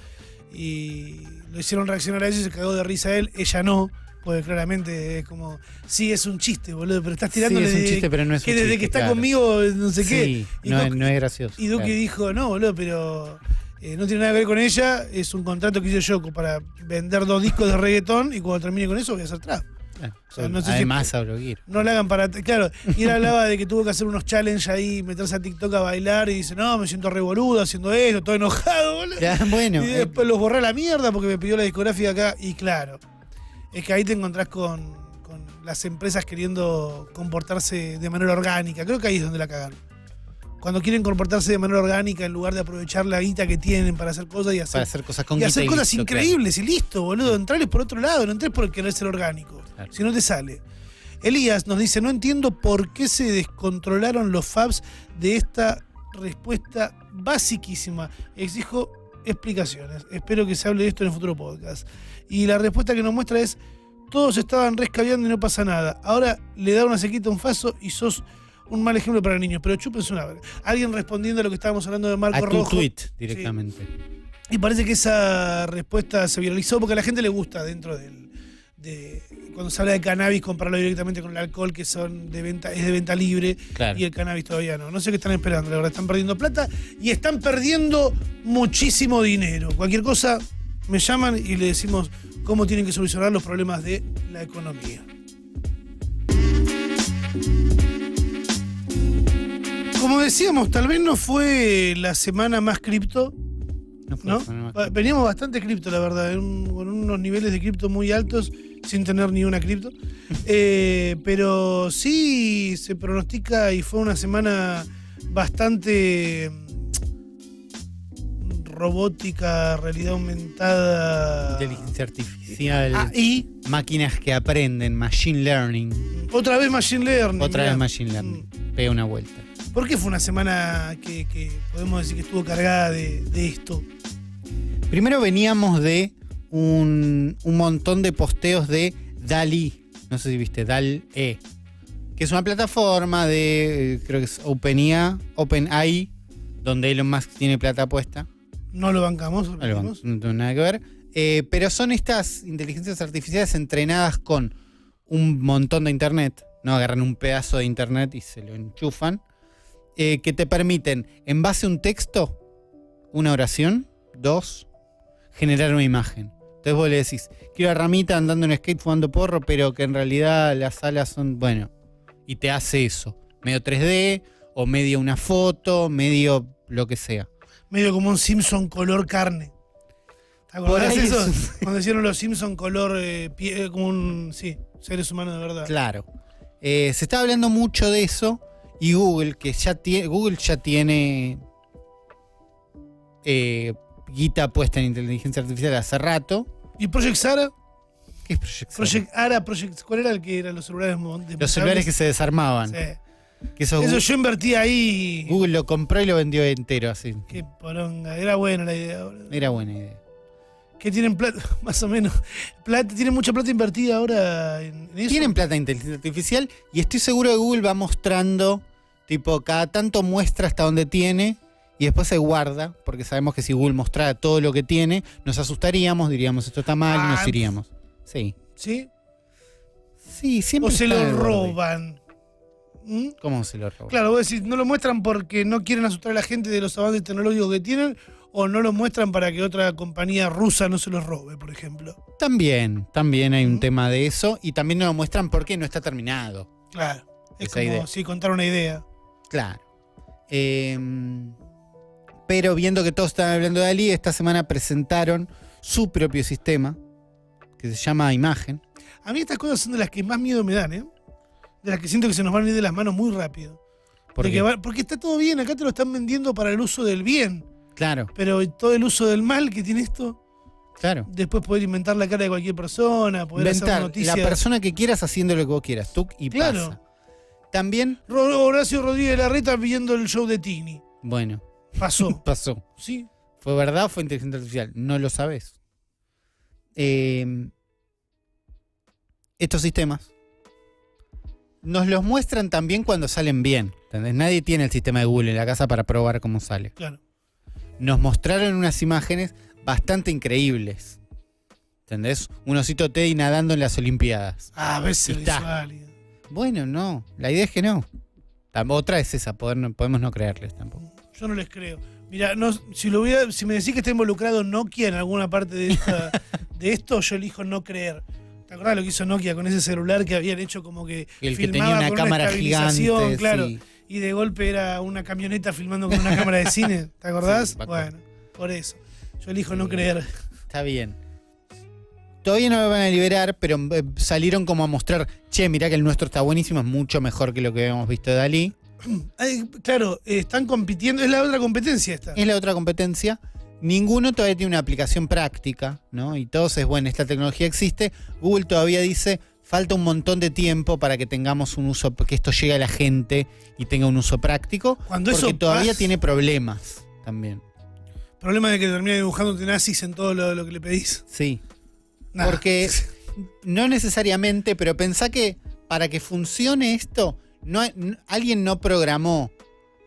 Speaker 2: Y lo hicieron reaccionar a eso y se cagó de risa él. Ella no, porque claramente es como, sí, es un chiste, boludo, pero estás
Speaker 3: Sí,
Speaker 2: tirándole
Speaker 3: es un
Speaker 2: de-
Speaker 3: chiste, pero no es
Speaker 2: que
Speaker 3: un
Speaker 2: desde
Speaker 3: chiste,
Speaker 2: que está
Speaker 3: claro.
Speaker 2: conmigo, no sé qué.
Speaker 3: Sí,
Speaker 2: Y
Speaker 3: no, es-
Speaker 2: Duki-
Speaker 3: no es gracioso.
Speaker 2: Y Duque
Speaker 3: claro.
Speaker 2: dijo, no, boludo, pero eh, no tiene nada que ver con ella, es un contrato que hice yo co- para vender dos discos de reggaetón y cuando termine con eso voy a hacer trap. O sea, no sé si-
Speaker 3: Además, a bloguear.
Speaker 2: No le hagan para. Claro, y él hablaba de que tuvo que hacer unos challenges ahí, meterse a TikTok a bailar y dice, no, me siento re boludo haciendo esto, todo enojado, boludo.
Speaker 3: [LAUGHS] Ya, bueno,
Speaker 2: y
Speaker 3: eh,
Speaker 2: después los borré a la mierda porque me pidió la discográfica acá. Y claro, es que ahí te encontrás con, con las empresas queriendo comportarse de manera orgánica. Creo que ahí es donde la cagan. Cuando quieren comportarse de manera orgánica en lugar de aprovechar la guita que tienen para hacer cosas y
Speaker 3: para
Speaker 2: hacer,
Speaker 3: hacer cosas con
Speaker 2: y hacer
Speaker 3: guita y
Speaker 2: cosas
Speaker 3: listo, claro.
Speaker 2: increíbles y listo, boludo. Entrales por otro lado, no entres por querer ser orgánico.
Speaker 3: Claro.
Speaker 2: Si no te sale. Elías nos dice, no entiendo por qué se descontrolaron los Fabs de esta respuesta basiquísima. Exijo explicaciones. Espero que se hable de esto en el futuro podcast. Y la respuesta que nos muestra es, todos estaban rescabeando y no pasa nada. Ahora le da una sequita a un faso y sos un mal ejemplo para niños. Pero chúpense una verga. Alguien respondiendo a lo que estábamos hablando de Marco
Speaker 3: A tu
Speaker 2: Rojo.
Speaker 3: tweet directamente.
Speaker 2: Y parece que esa respuesta se viralizó porque a la gente le gusta dentro del. De, cuando se habla de cannabis, compararlo directamente con el alcohol, que son de venta, es de venta libre,
Speaker 3: Claro.
Speaker 2: y el cannabis todavía no. No sé qué están esperando, la verdad, están perdiendo plata y están perdiendo muchísimo dinero. Cualquier cosa, me llaman y le decimos cómo tienen que solucionar los problemas de la economía. Como decíamos, tal vez no fue la semana más cripto,
Speaker 3: No fue
Speaker 2: ¿no?
Speaker 3: eso, no
Speaker 2: Va-
Speaker 3: más.
Speaker 2: Veníamos bastante cripto, la verdad, en un- con unos niveles de cripto muy altos, sin tener ni una
Speaker 3: [LAUGHS]
Speaker 2: cripto. Eh, pero sí se pronostica y fue una semana bastante mm, robótica, realidad aumentada.
Speaker 3: Inteligencia artificial.
Speaker 2: Ah, y
Speaker 3: Máquinas que aprenden, machine learning.
Speaker 2: otra vez Machine Learning.
Speaker 3: Otra
Speaker 2: mirá. Mm.
Speaker 3: vez machine learning. Pega una vuelta.
Speaker 2: ¿Por qué fue una semana que, que podemos decir que estuvo cargada de, de esto?
Speaker 3: Primero veníamos de un, un montón de posteos de Dalí. No sé si viste, DAL-E. Que es una plataforma de, eh, creo que es OpenIA, OpenAI, donde Elon Musk tiene plata puesta.
Speaker 2: No lo bancamos.
Speaker 3: No, lo banco, no tengo nada que ver. Eh, pero son estas inteligencias artificiales entrenadas con un montón de internet. No agarran un pedazo de internet y se lo enchufan. eh, que te permiten, en base a un texto, una oración, dos, generar una imagen. Entonces vos le decís, quiero a Ramita andando en skate fumando porro, pero que en realidad las alas son. Bueno. Y te hace eso. Medio 3D, o medio una foto, medio lo que sea.
Speaker 2: medio como un Simpson color carne. ¿Te acordás
Speaker 3: Por ahí
Speaker 2: eso?
Speaker 3: es
Speaker 2: [LAUGHS] Cuando hicieron los Simpson color eh, pie- eh, como un. Sí, seres humanos de verdad.
Speaker 3: Claro. Eh, se está hablando mucho de eso y Google, que ya tiene, Google ya tiene eh, guita puesta en inteligencia artificial hace rato.
Speaker 2: ¿Y Project Sara?
Speaker 3: ¿Qué es Project Zero?
Speaker 2: Project Ara, Project. ¿Cuál era el que eran los celulares mon-
Speaker 3: Los
Speaker 2: desmontables?
Speaker 3: celulares que se desarmaban.
Speaker 2: Sí.
Speaker 3: Que eso
Speaker 2: Eso
Speaker 3: Google,
Speaker 2: yo invertí ahí.
Speaker 3: Google lo compró y lo vendió entero así.
Speaker 2: Qué poronga. Era buena la idea, boludo.
Speaker 3: Era buena idea.
Speaker 2: Que tienen plata, [LAUGHS] más o menos. Plata, tienen mucha plata invertida ahora en, en eso.
Speaker 3: Tienen plata de inteligencia artificial y estoy seguro que Google va mostrando, tipo, cada tanto muestra hasta donde tiene y después se guarda, porque sabemos que si Google mostrara todo lo que tiene, nos asustaríamos, diríamos esto está mal y
Speaker 2: Ah.
Speaker 3: nos iríamos. Sí.
Speaker 2: ¿Sí?
Speaker 3: Sí, siempre.
Speaker 2: O se
Speaker 3: está
Speaker 2: lo
Speaker 3: al borde.
Speaker 2: roban. ¿Mm?
Speaker 3: ¿Cómo se lo roban?
Speaker 2: Claro, vos decís, no lo muestran porque no quieren asustar a la gente de los avances tecnológicos que tienen o no lo muestran para que otra compañía rusa no se los robe, por ejemplo.
Speaker 3: También, también hay un
Speaker 2: Ujú.
Speaker 3: tema de eso y también no lo muestran porque no está terminado.
Speaker 2: Claro. Es
Speaker 3: Esa
Speaker 2: como
Speaker 3: idea.
Speaker 2: si contar una idea.
Speaker 3: Claro. Em, pero viendo que todos están hablando de Ali, esta semana presentaron su propio sistema que se llama Imagen.
Speaker 2: A mí estas cosas son de las que más miedo me dan, ¿eh? De las que siento que se nos van a ir de las manos muy rápido.
Speaker 3: Porque,
Speaker 2: De que va- porque está todo bien, acá te lo están vendiendo para el uso del bien,
Speaker 3: Claro,
Speaker 2: pero todo el uso del mal que tiene esto,
Speaker 3: claro.
Speaker 2: después poder inventar la cara de cualquier persona, poder hacer
Speaker 3: Inventar la
Speaker 2: noticias.
Speaker 3: persona que quieras haciendo lo que vos quieras, tú y
Speaker 2: Claro.
Speaker 3: pasa. También,
Speaker 2: Ro- Horacio Rodríguez Larreta viendo el show de Tini.
Speaker 3: bueno,
Speaker 2: Pasó, [LAUGHS]
Speaker 3: pasó.
Speaker 2: ¿sí?
Speaker 3: ¿Fue verdad o fue inteligencia artificial? No lo sabes. Eh, estos sistemas nos los muestran también cuando salen bien. ¿entendés? Nadie tiene el sistema de Google en la casa para probar cómo sale.
Speaker 2: Claro.
Speaker 3: Nos mostraron unas imágenes bastante increíbles. ¿Entendés? Un osito Teddy nadando en las Olimpiadas.
Speaker 2: Ah, A veces
Speaker 3: Está.
Speaker 2: visual.
Speaker 3: Bueno, no. La idea es que no. Tam- Otra es esa, poder no- podemos no creerles tampoco.
Speaker 2: Yo no les creo. Mira, no, si lo hubiera,
Speaker 3: [LAUGHS]
Speaker 2: si me decís que está involucrado Nokia en alguna parte de, esta- de esto, yo elijo no creer. ¿Te acordás lo que hizo Nokia con ese celular que habían hecho como que
Speaker 3: Y el que
Speaker 2: filmaba
Speaker 3: tenía una
Speaker 2: con
Speaker 3: cámara
Speaker 2: estabilización,
Speaker 3: gigante.
Speaker 2: claro,
Speaker 3: sí.
Speaker 2: y de golpe era una camioneta filmando con una cámara de cine, ¿te acordás?
Speaker 3: Sí, me acuerdo.
Speaker 2: bueno, por eso. Yo elijo no
Speaker 3: Sí.
Speaker 2: creer.
Speaker 3: Está bien. Todavía no lo van a liberar, pero eh, salieron como a mostrar, che, mirá que el nuestro está buenísimo, es mucho mejor que lo que habíamos visto de Dalí.
Speaker 2: Ay, claro, eh, están compitiendo, es la otra competencia esta.
Speaker 3: Es la otra competencia. Ninguno todavía tiene una aplicación práctica, ¿no? Y todos es, bueno, esta tecnología existe. Google todavía dice, falta un montón de tiempo para que tengamos un uso, que esto llegue a la gente y tenga un uso práctico.
Speaker 2: Cuando
Speaker 3: Porque
Speaker 2: eso
Speaker 3: todavía
Speaker 2: pasa-
Speaker 3: tiene problemas también.
Speaker 2: Problema de que termina dibujándote nazis en todo lo, lo que le pedís.
Speaker 3: Sí.
Speaker 2: Nah. [LAUGHS]
Speaker 3: Porque no necesariamente, pero pensá que para que funcione esto, no, hay- n- alguien no programó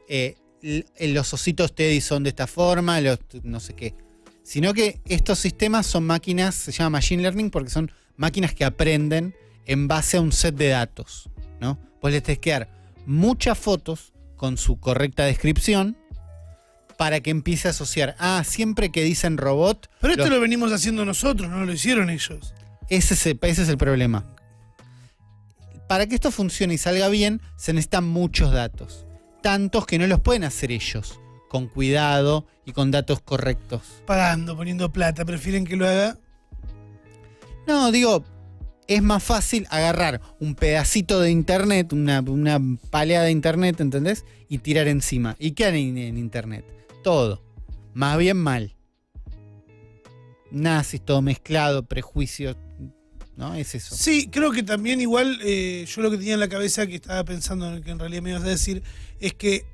Speaker 3: eh, l- los ositos Teddy son de esta forma, los t- no sé qué. Sino que estos sistemas son máquinas, se llama Machine Learning porque son máquinas que aprenden en base a un set de datos. ¿no? Vos les tenés que dar muchas fotos con su correcta descripción para que empiece a asociar. Ah, siempre que dicen robot,
Speaker 2: Pero esto
Speaker 3: Los-
Speaker 2: lo venimos haciendo nosotros, no lo hicieron ellos.
Speaker 3: ese es, el, ese es el problema. Para que esto funcione y salga bien, se necesitan muchos datos. Tantos que no los pueden hacer ellos, con cuidado y con datos correctos.
Speaker 2: Pagando, poniendo plata, prefieren que lo haga.
Speaker 3: No, digo, es más fácil agarrar un pedacito de internet, una, una palea de internet, ¿entendés? Y tirar encima. ¿Y qué hay en, en internet? Todo. Más bien mal. Nazis, todo mezclado, prejuicios. ¿No? Es eso.
Speaker 2: Sí, creo que también igual eh, yo lo que tenía en la cabeza que estaba pensando en el que en realidad me ibas a decir es que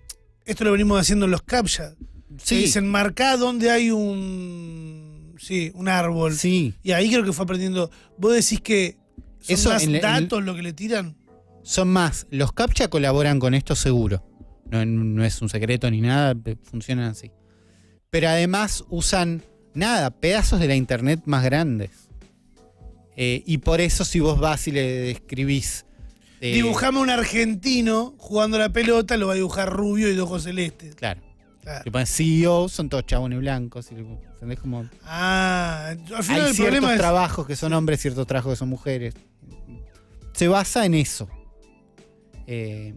Speaker 2: esto lo venimos haciendo en los captcha. Se dicen marcá donde hay un sí, un árbol.
Speaker 3: sí.
Speaker 2: Y ahí creo que fue aprendiendo. Vos decís que son
Speaker 3: Eso
Speaker 2: más
Speaker 3: en la- en el-
Speaker 2: datos lo que le tiran.
Speaker 3: Son más, los CAPTCHA colaboran con esto seguro. No, no es un secreto ni nada, pe- funcionan así. Pero además usan, nada, pedazos de la internet más grandes. Eh, y por eso si vos vas y le describís... eh,
Speaker 2: Dibujame un argentino jugando a la pelota, lo va a dibujar rubio y de ojos celestes.
Speaker 3: Claro.
Speaker 2: Claro.
Speaker 3: Le pones CEO, E son todos chabones blancos. y le- ¿Entendés? Como,
Speaker 2: Ah, al final
Speaker 3: hay
Speaker 2: el
Speaker 3: ciertos
Speaker 2: problema es.
Speaker 3: trabajos que son hombres, ciertos trabajos que son mujeres. Se basa en eso. Eh,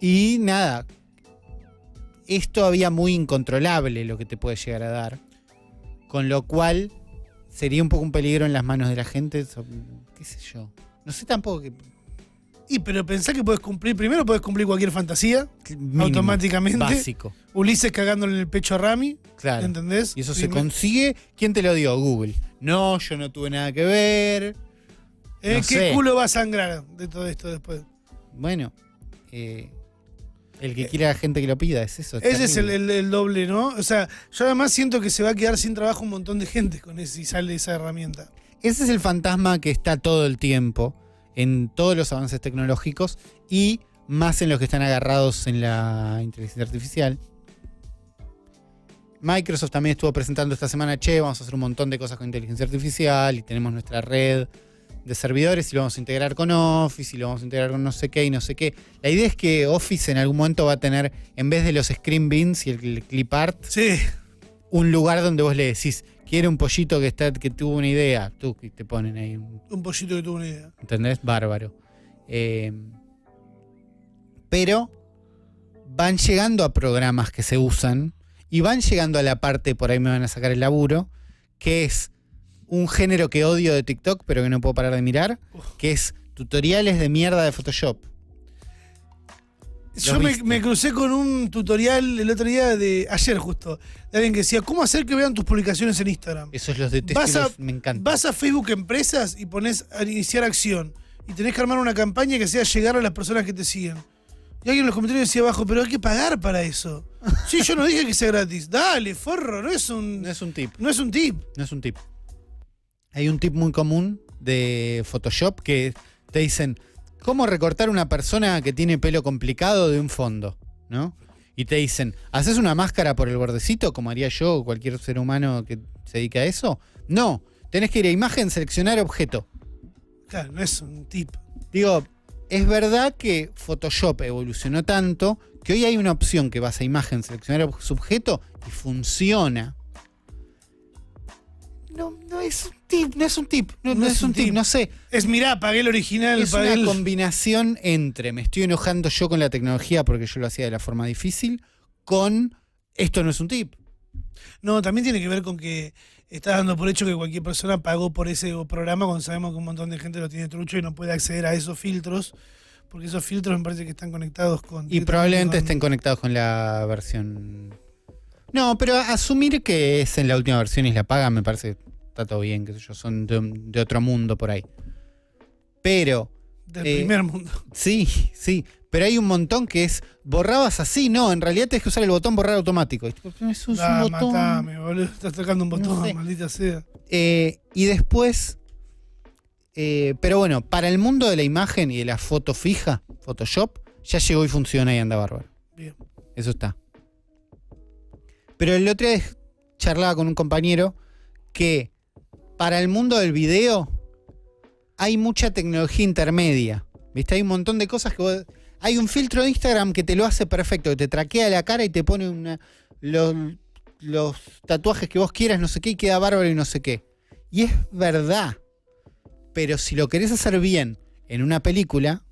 Speaker 3: y nada, es todavía muy incontrolable lo que te puede llegar a dar. Con lo cual sería un poco un peligro en las manos de la gente. so- ¿Qué sé yo? No sé tampoco que...
Speaker 2: Y pero pensá que puedes cumplir, primero puedes cumplir cualquier fantasía,
Speaker 3: mínimo,
Speaker 2: automáticamente.
Speaker 3: Básico,
Speaker 2: Ulises cagándole en el pecho a Rami,
Speaker 3: claro.
Speaker 2: ¿entendés?
Speaker 3: Y eso se
Speaker 2: Primer-
Speaker 3: consigue. ¿Quién te lo dio? Google. No, yo no tuve nada que ver.
Speaker 2: Eh,
Speaker 3: no
Speaker 2: ¿Qué
Speaker 3: sé.
Speaker 2: culo va a sangrar de todo esto después?
Speaker 3: Bueno, eh, el que quiera gente que lo pida, es eso. es
Speaker 2: Eh, Ese es el,
Speaker 3: terrible.
Speaker 2: el- el doble, ¿no? O sea, yo además siento que se va a quedar sin trabajo un montón de gente con ese, si sale esa herramienta.
Speaker 3: Ese es el fantasma que está todo el tiempo en todos los avances tecnológicos y más en los que están agarrados en la inteligencia artificial. Microsoft también estuvo presentando esta semana, che, vamos a hacer un montón de cosas con inteligencia artificial y tenemos nuestra red de servidores y lo vamos a integrar con Office y lo vamos a integrar con no sé qué y no sé qué. La idea es que Office en algún momento va a tener, en vez de los screen beans y el clip art,
Speaker 2: Sí.
Speaker 3: un lugar donde vos le decís, quiero un pollito que, está, que tuvo una idea, tú, y te ponen ahí, un-
Speaker 2: Un pollito que tuvo una idea.
Speaker 3: ¿entendés? Bárbaro. Eh, pero van llegando a programas que se usan y van llegando a la parte, por ahí me van a sacar el laburo, que es un género que odio de TikTok, pero que no puedo parar de mirar, que es tutoriales de mierda de Photoshop.
Speaker 2: Yo me,
Speaker 3: viste.
Speaker 2: me crucé con un tutorial el otro día de ayer justo, de alguien que decía, ¿cómo hacer que vean tus publicaciones en Instagram?
Speaker 3: Esos los detesto, y
Speaker 2: Vas a-
Speaker 3: los- me encantan.
Speaker 2: Vas a Facebook Empresas y pones a iniciar acción. Y tenés que armar una campaña que sea llegar a las personas que te siguen. Y alguien en los comentarios decía abajo, pero hay que pagar para eso. Sí, yo no dije que sea gratis. [LAUGHS] Dale, forro, no es un,
Speaker 3: No es un tip.
Speaker 2: no es un tip.
Speaker 3: No es un tip. Hay un tip muy común de Photoshop que te dicen cómo recortar una persona que tiene pelo complicado de un fondo, ¿no? Y te dicen, ¿haces una máscara por el bordecito como haría yo o cualquier ser humano que se dedica a eso? No, tenés que ir a imagen, seleccionar objeto.
Speaker 2: Claro, no es un tip.
Speaker 3: Digo, es verdad que Photoshop evolucionó tanto que hoy hay una opción que vas a imagen, seleccionar ob- sujeto y funciona. No, no es un tip, no es un tip, no, no es, un tip, no sé.
Speaker 2: Es, mirá, pagué el original,
Speaker 3: Es
Speaker 2: pagué
Speaker 3: una
Speaker 2: el-
Speaker 3: combinación entre me estoy enojando yo con la tecnología porque yo lo hacía de la forma difícil, con esto no es un tip.
Speaker 2: No, también tiene que ver con que estás dando por hecho que cualquier persona pagó por ese programa cuando sabemos que un montón de gente lo tiene trucho y no puede acceder a esos filtros, porque esos filtros me parece que están conectados con...
Speaker 3: Y probablemente
Speaker 2: con-
Speaker 3: estén conectados con la versión. No, pero asumir que es en la última versión y la pagan me parece que está todo bien, que sé yo, son de, un- de otro mundo por ahí. Pero,
Speaker 2: Del
Speaker 3: eh,
Speaker 2: primer mundo.
Speaker 3: sí, sí, pero hay un montón que es borrabas así, no, en realidad tienes que usar el botón borrar automático. Y tipo, pero Eso es
Speaker 2: Ah,
Speaker 3: Pues un botón.
Speaker 2: matame, boludo. [LAUGHS] Estás tocando un
Speaker 3: No
Speaker 2: botón,
Speaker 3: sé.
Speaker 2: maldita sea.
Speaker 3: Eh, y después, eh, pero bueno, para el mundo de la imagen y de la foto fija, Photoshop, ya llegó y funciona y anda bárbaro.
Speaker 2: Bien.
Speaker 3: Eso está. Pero el otro día charlaba con un compañero que para el mundo del video hay mucha tecnología intermedia. ¿Viste? Hay un montón de cosas que vos- Hay un filtro de Instagram que te lo hace perfecto, que te traquea la cara y te pone una, los, los tatuajes que vos quieras, no sé qué, y queda bárbaro y no sé qué. Y es verdad. Pero si lo querés hacer bien en una película,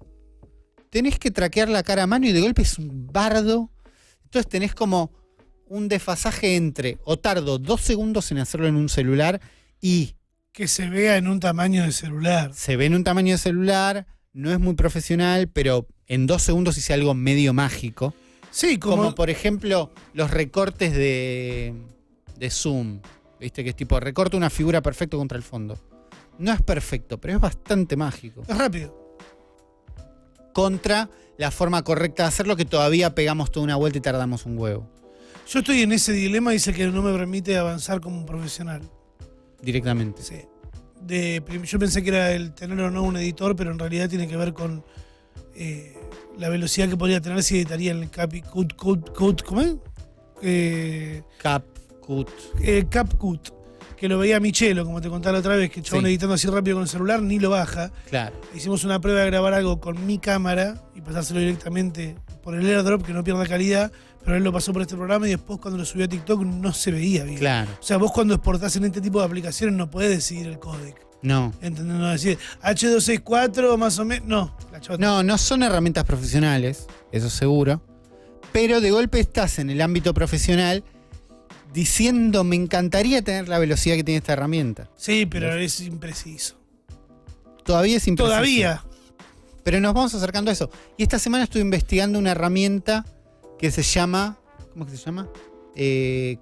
Speaker 3: tenés que traquear la cara a mano y de golpe es un bardo. Entonces tenés como un desfasaje entre o tardo dos segundos en hacerlo en un celular y
Speaker 2: Que se vea en un tamaño de celular.
Speaker 3: se ve en un tamaño de celular, no es muy profesional, pero en dos segundos hice algo medio mágico.
Speaker 2: Sí,
Speaker 3: Como,
Speaker 2: como...
Speaker 3: por ejemplo los recortes de, de Zoom. Viste que es tipo, recorta una figura perfecto contra el fondo. No es perfecto, pero es bastante mágico.
Speaker 2: Es rápido.
Speaker 3: Contra la forma correcta de hacerlo que todavía pegamos toda una vuelta y tardamos un huevo.
Speaker 2: Yo estoy en ese dilema, dice que no me permite avanzar como un profesional.
Speaker 3: Directamente.
Speaker 2: Sí. De prim- yo pensé que era el tener o no un editor, pero en realidad tiene que ver con eh, la velocidad que podría tener si editaría en el Capi, cut, cut, cut, ¿cómo es? Eh,
Speaker 3: Cap, cut.
Speaker 2: eh, CapCut, que lo veía Michelo, como te contaba la otra vez, que el chabón
Speaker 3: Sí.
Speaker 2: editando así rápido con el celular, ni lo baja.
Speaker 3: Claro.
Speaker 2: Hicimos una prueba de grabar algo con mi cámara y pasárselo directamente por el airdrop, que no pierda calidad, pero él lo pasó por este programa y después cuando lo subió a TikTok no se veía bien.
Speaker 3: Claro.
Speaker 2: O sea, vos cuando exportás en este tipo de aplicaciones no podés decidir el códec.
Speaker 3: No.
Speaker 2: ¿Entendés? No decir H264 más o menos. No, la chota.
Speaker 3: No, no son herramientas profesionales, eso seguro. Pero de golpe estás en el ámbito profesional diciendo, me encantaría tener la velocidad que tiene esta herramienta.
Speaker 2: Sí, pero es impreciso.
Speaker 3: Todavía es impreciso.
Speaker 2: Todavía.
Speaker 3: Pero nos vamos acercando a eso. Y esta semana estuve investigando una herramienta que se llama. ¿Cómo que se llama? Eh,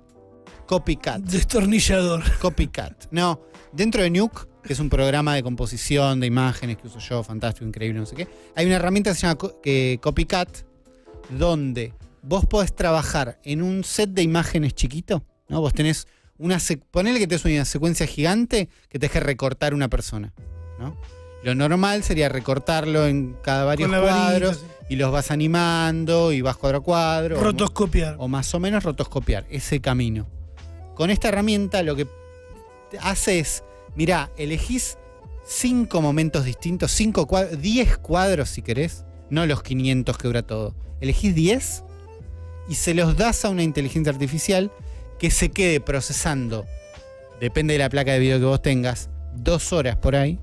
Speaker 3: copycat.
Speaker 2: Destornillador.
Speaker 3: Copycat. No, dentro de Nuke, que es un programa de composición de imágenes que uso yo, fantástico, increíble, no sé qué, hay una herramienta que se llama co- que- Copycat, donde vos podés trabajar en un set de imágenes chiquito, ¿no? Vos tenés una. sec- Ponele que tenés una secuencia gigante que te deje recortar una persona, ¿no? Lo normal sería recortarlo en cada varios
Speaker 2: Con la varita,
Speaker 3: cuadros
Speaker 2: sí.
Speaker 3: y los vas animando y vas cuadro a cuadro. o-
Speaker 2: Rotoscopiar.
Speaker 3: o más o menos rotoscopiar ese camino. Con esta herramienta lo que te hace es, mirá, elegís cinco momentos distintos, cinco cua- 10 cuadros si querés, no los 500 que dura todo. Elegís 10 y se los das a una inteligencia artificial que se quede procesando, depende de la placa de video que vos tengas, dos horas por ahí,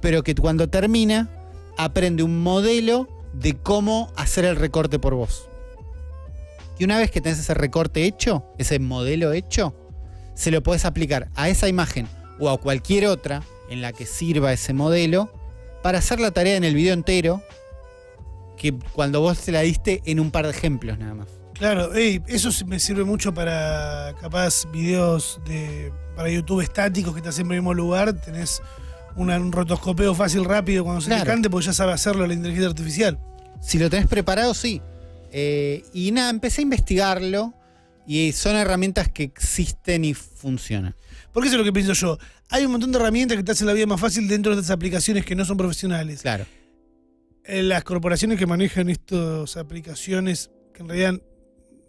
Speaker 3: pero que cuando termina aprende un modelo de cómo hacer el recorte por vos. Y una vez que tenés ese recorte hecho, ese modelo hecho, se lo podés aplicar a esa imagen o a cualquier otra en la que sirva ese modelo para hacer la tarea en el video entero que cuando vos se la diste en un par de ejemplos nada más.
Speaker 2: Claro, ey, eso sí me sirve mucho para capaz videos de para YouTube estáticos que estás en el mismo lugar. Tenés una- un rotoscopeo fácil, rápido cuando se te
Speaker 3: Claro.
Speaker 2: cante, porque ya sabe hacerlo la inteligencia artificial.
Speaker 3: Si lo tenés preparado, sí. Eh, y nada, empecé a investigarlo y son herramientas que existen y funcionan.
Speaker 2: Porque eso es lo que pienso yo. Hay un montón de herramientas que te hacen la vida más fácil dentro de estas aplicaciones que no son profesionales.
Speaker 3: Claro.
Speaker 2: eh, las corporaciones que manejan estas aplicaciones, que en realidad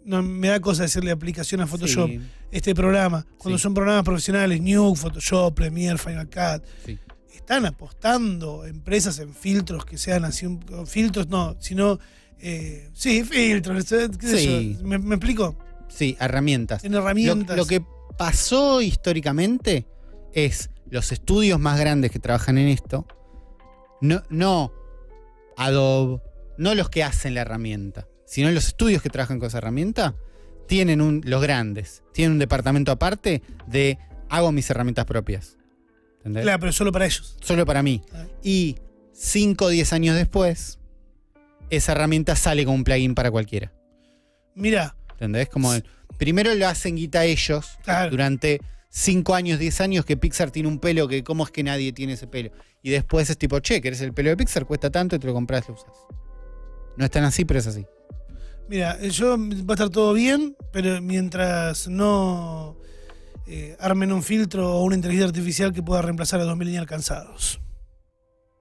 Speaker 2: no me da cosa decirle aplicación a Photoshop,
Speaker 3: Sí,
Speaker 2: este programa, cuando
Speaker 3: Sí.
Speaker 2: son programas profesionales, Nuke, Photoshop, Premiere, Final Cut,
Speaker 3: sí.
Speaker 2: están apostando empresas en filtros que sean así, un- o filtros no, sino, eh, sí, filtros, eh, qué sé
Speaker 3: Sí.
Speaker 2: yo, ¿Me, me explico?
Speaker 3: Sí, herramientas.
Speaker 2: En
Speaker 3: Lo-
Speaker 2: herramientas.
Speaker 3: Lo, que pasó históricamente es los estudios más grandes que trabajan en esto, no, no Adobe, no los que hacen la herramienta, sino los estudios que trabajan con esa herramienta, tienen un, los grandes, tienen un departamento aparte de hago mis herramientas propias. ¿Entendés?
Speaker 2: Claro, pero solo para ellos.
Speaker 3: Solo para mí.
Speaker 2: Ah.
Speaker 3: Y 5 o 10 años después, esa herramienta sale con un plugin para cualquiera.
Speaker 2: Mira,
Speaker 3: ¿Entendés? Como el- primero lo hacen guita ellos
Speaker 2: Claro.
Speaker 3: durante 5 años, 10 años que Pixar tiene un pelo que cómo es que nadie tiene ese pelo. Y después es tipo, che, ¿querés el pelo de Pixar? Cuesta tanto y te lo compras, lo usas. No es tan así, pero es así.
Speaker 2: mira, eh, yo va a estar todo bien, pero mientras no eh, armen un filtro o una inteligencia artificial que pueda reemplazar a 2.000 inalcanzados.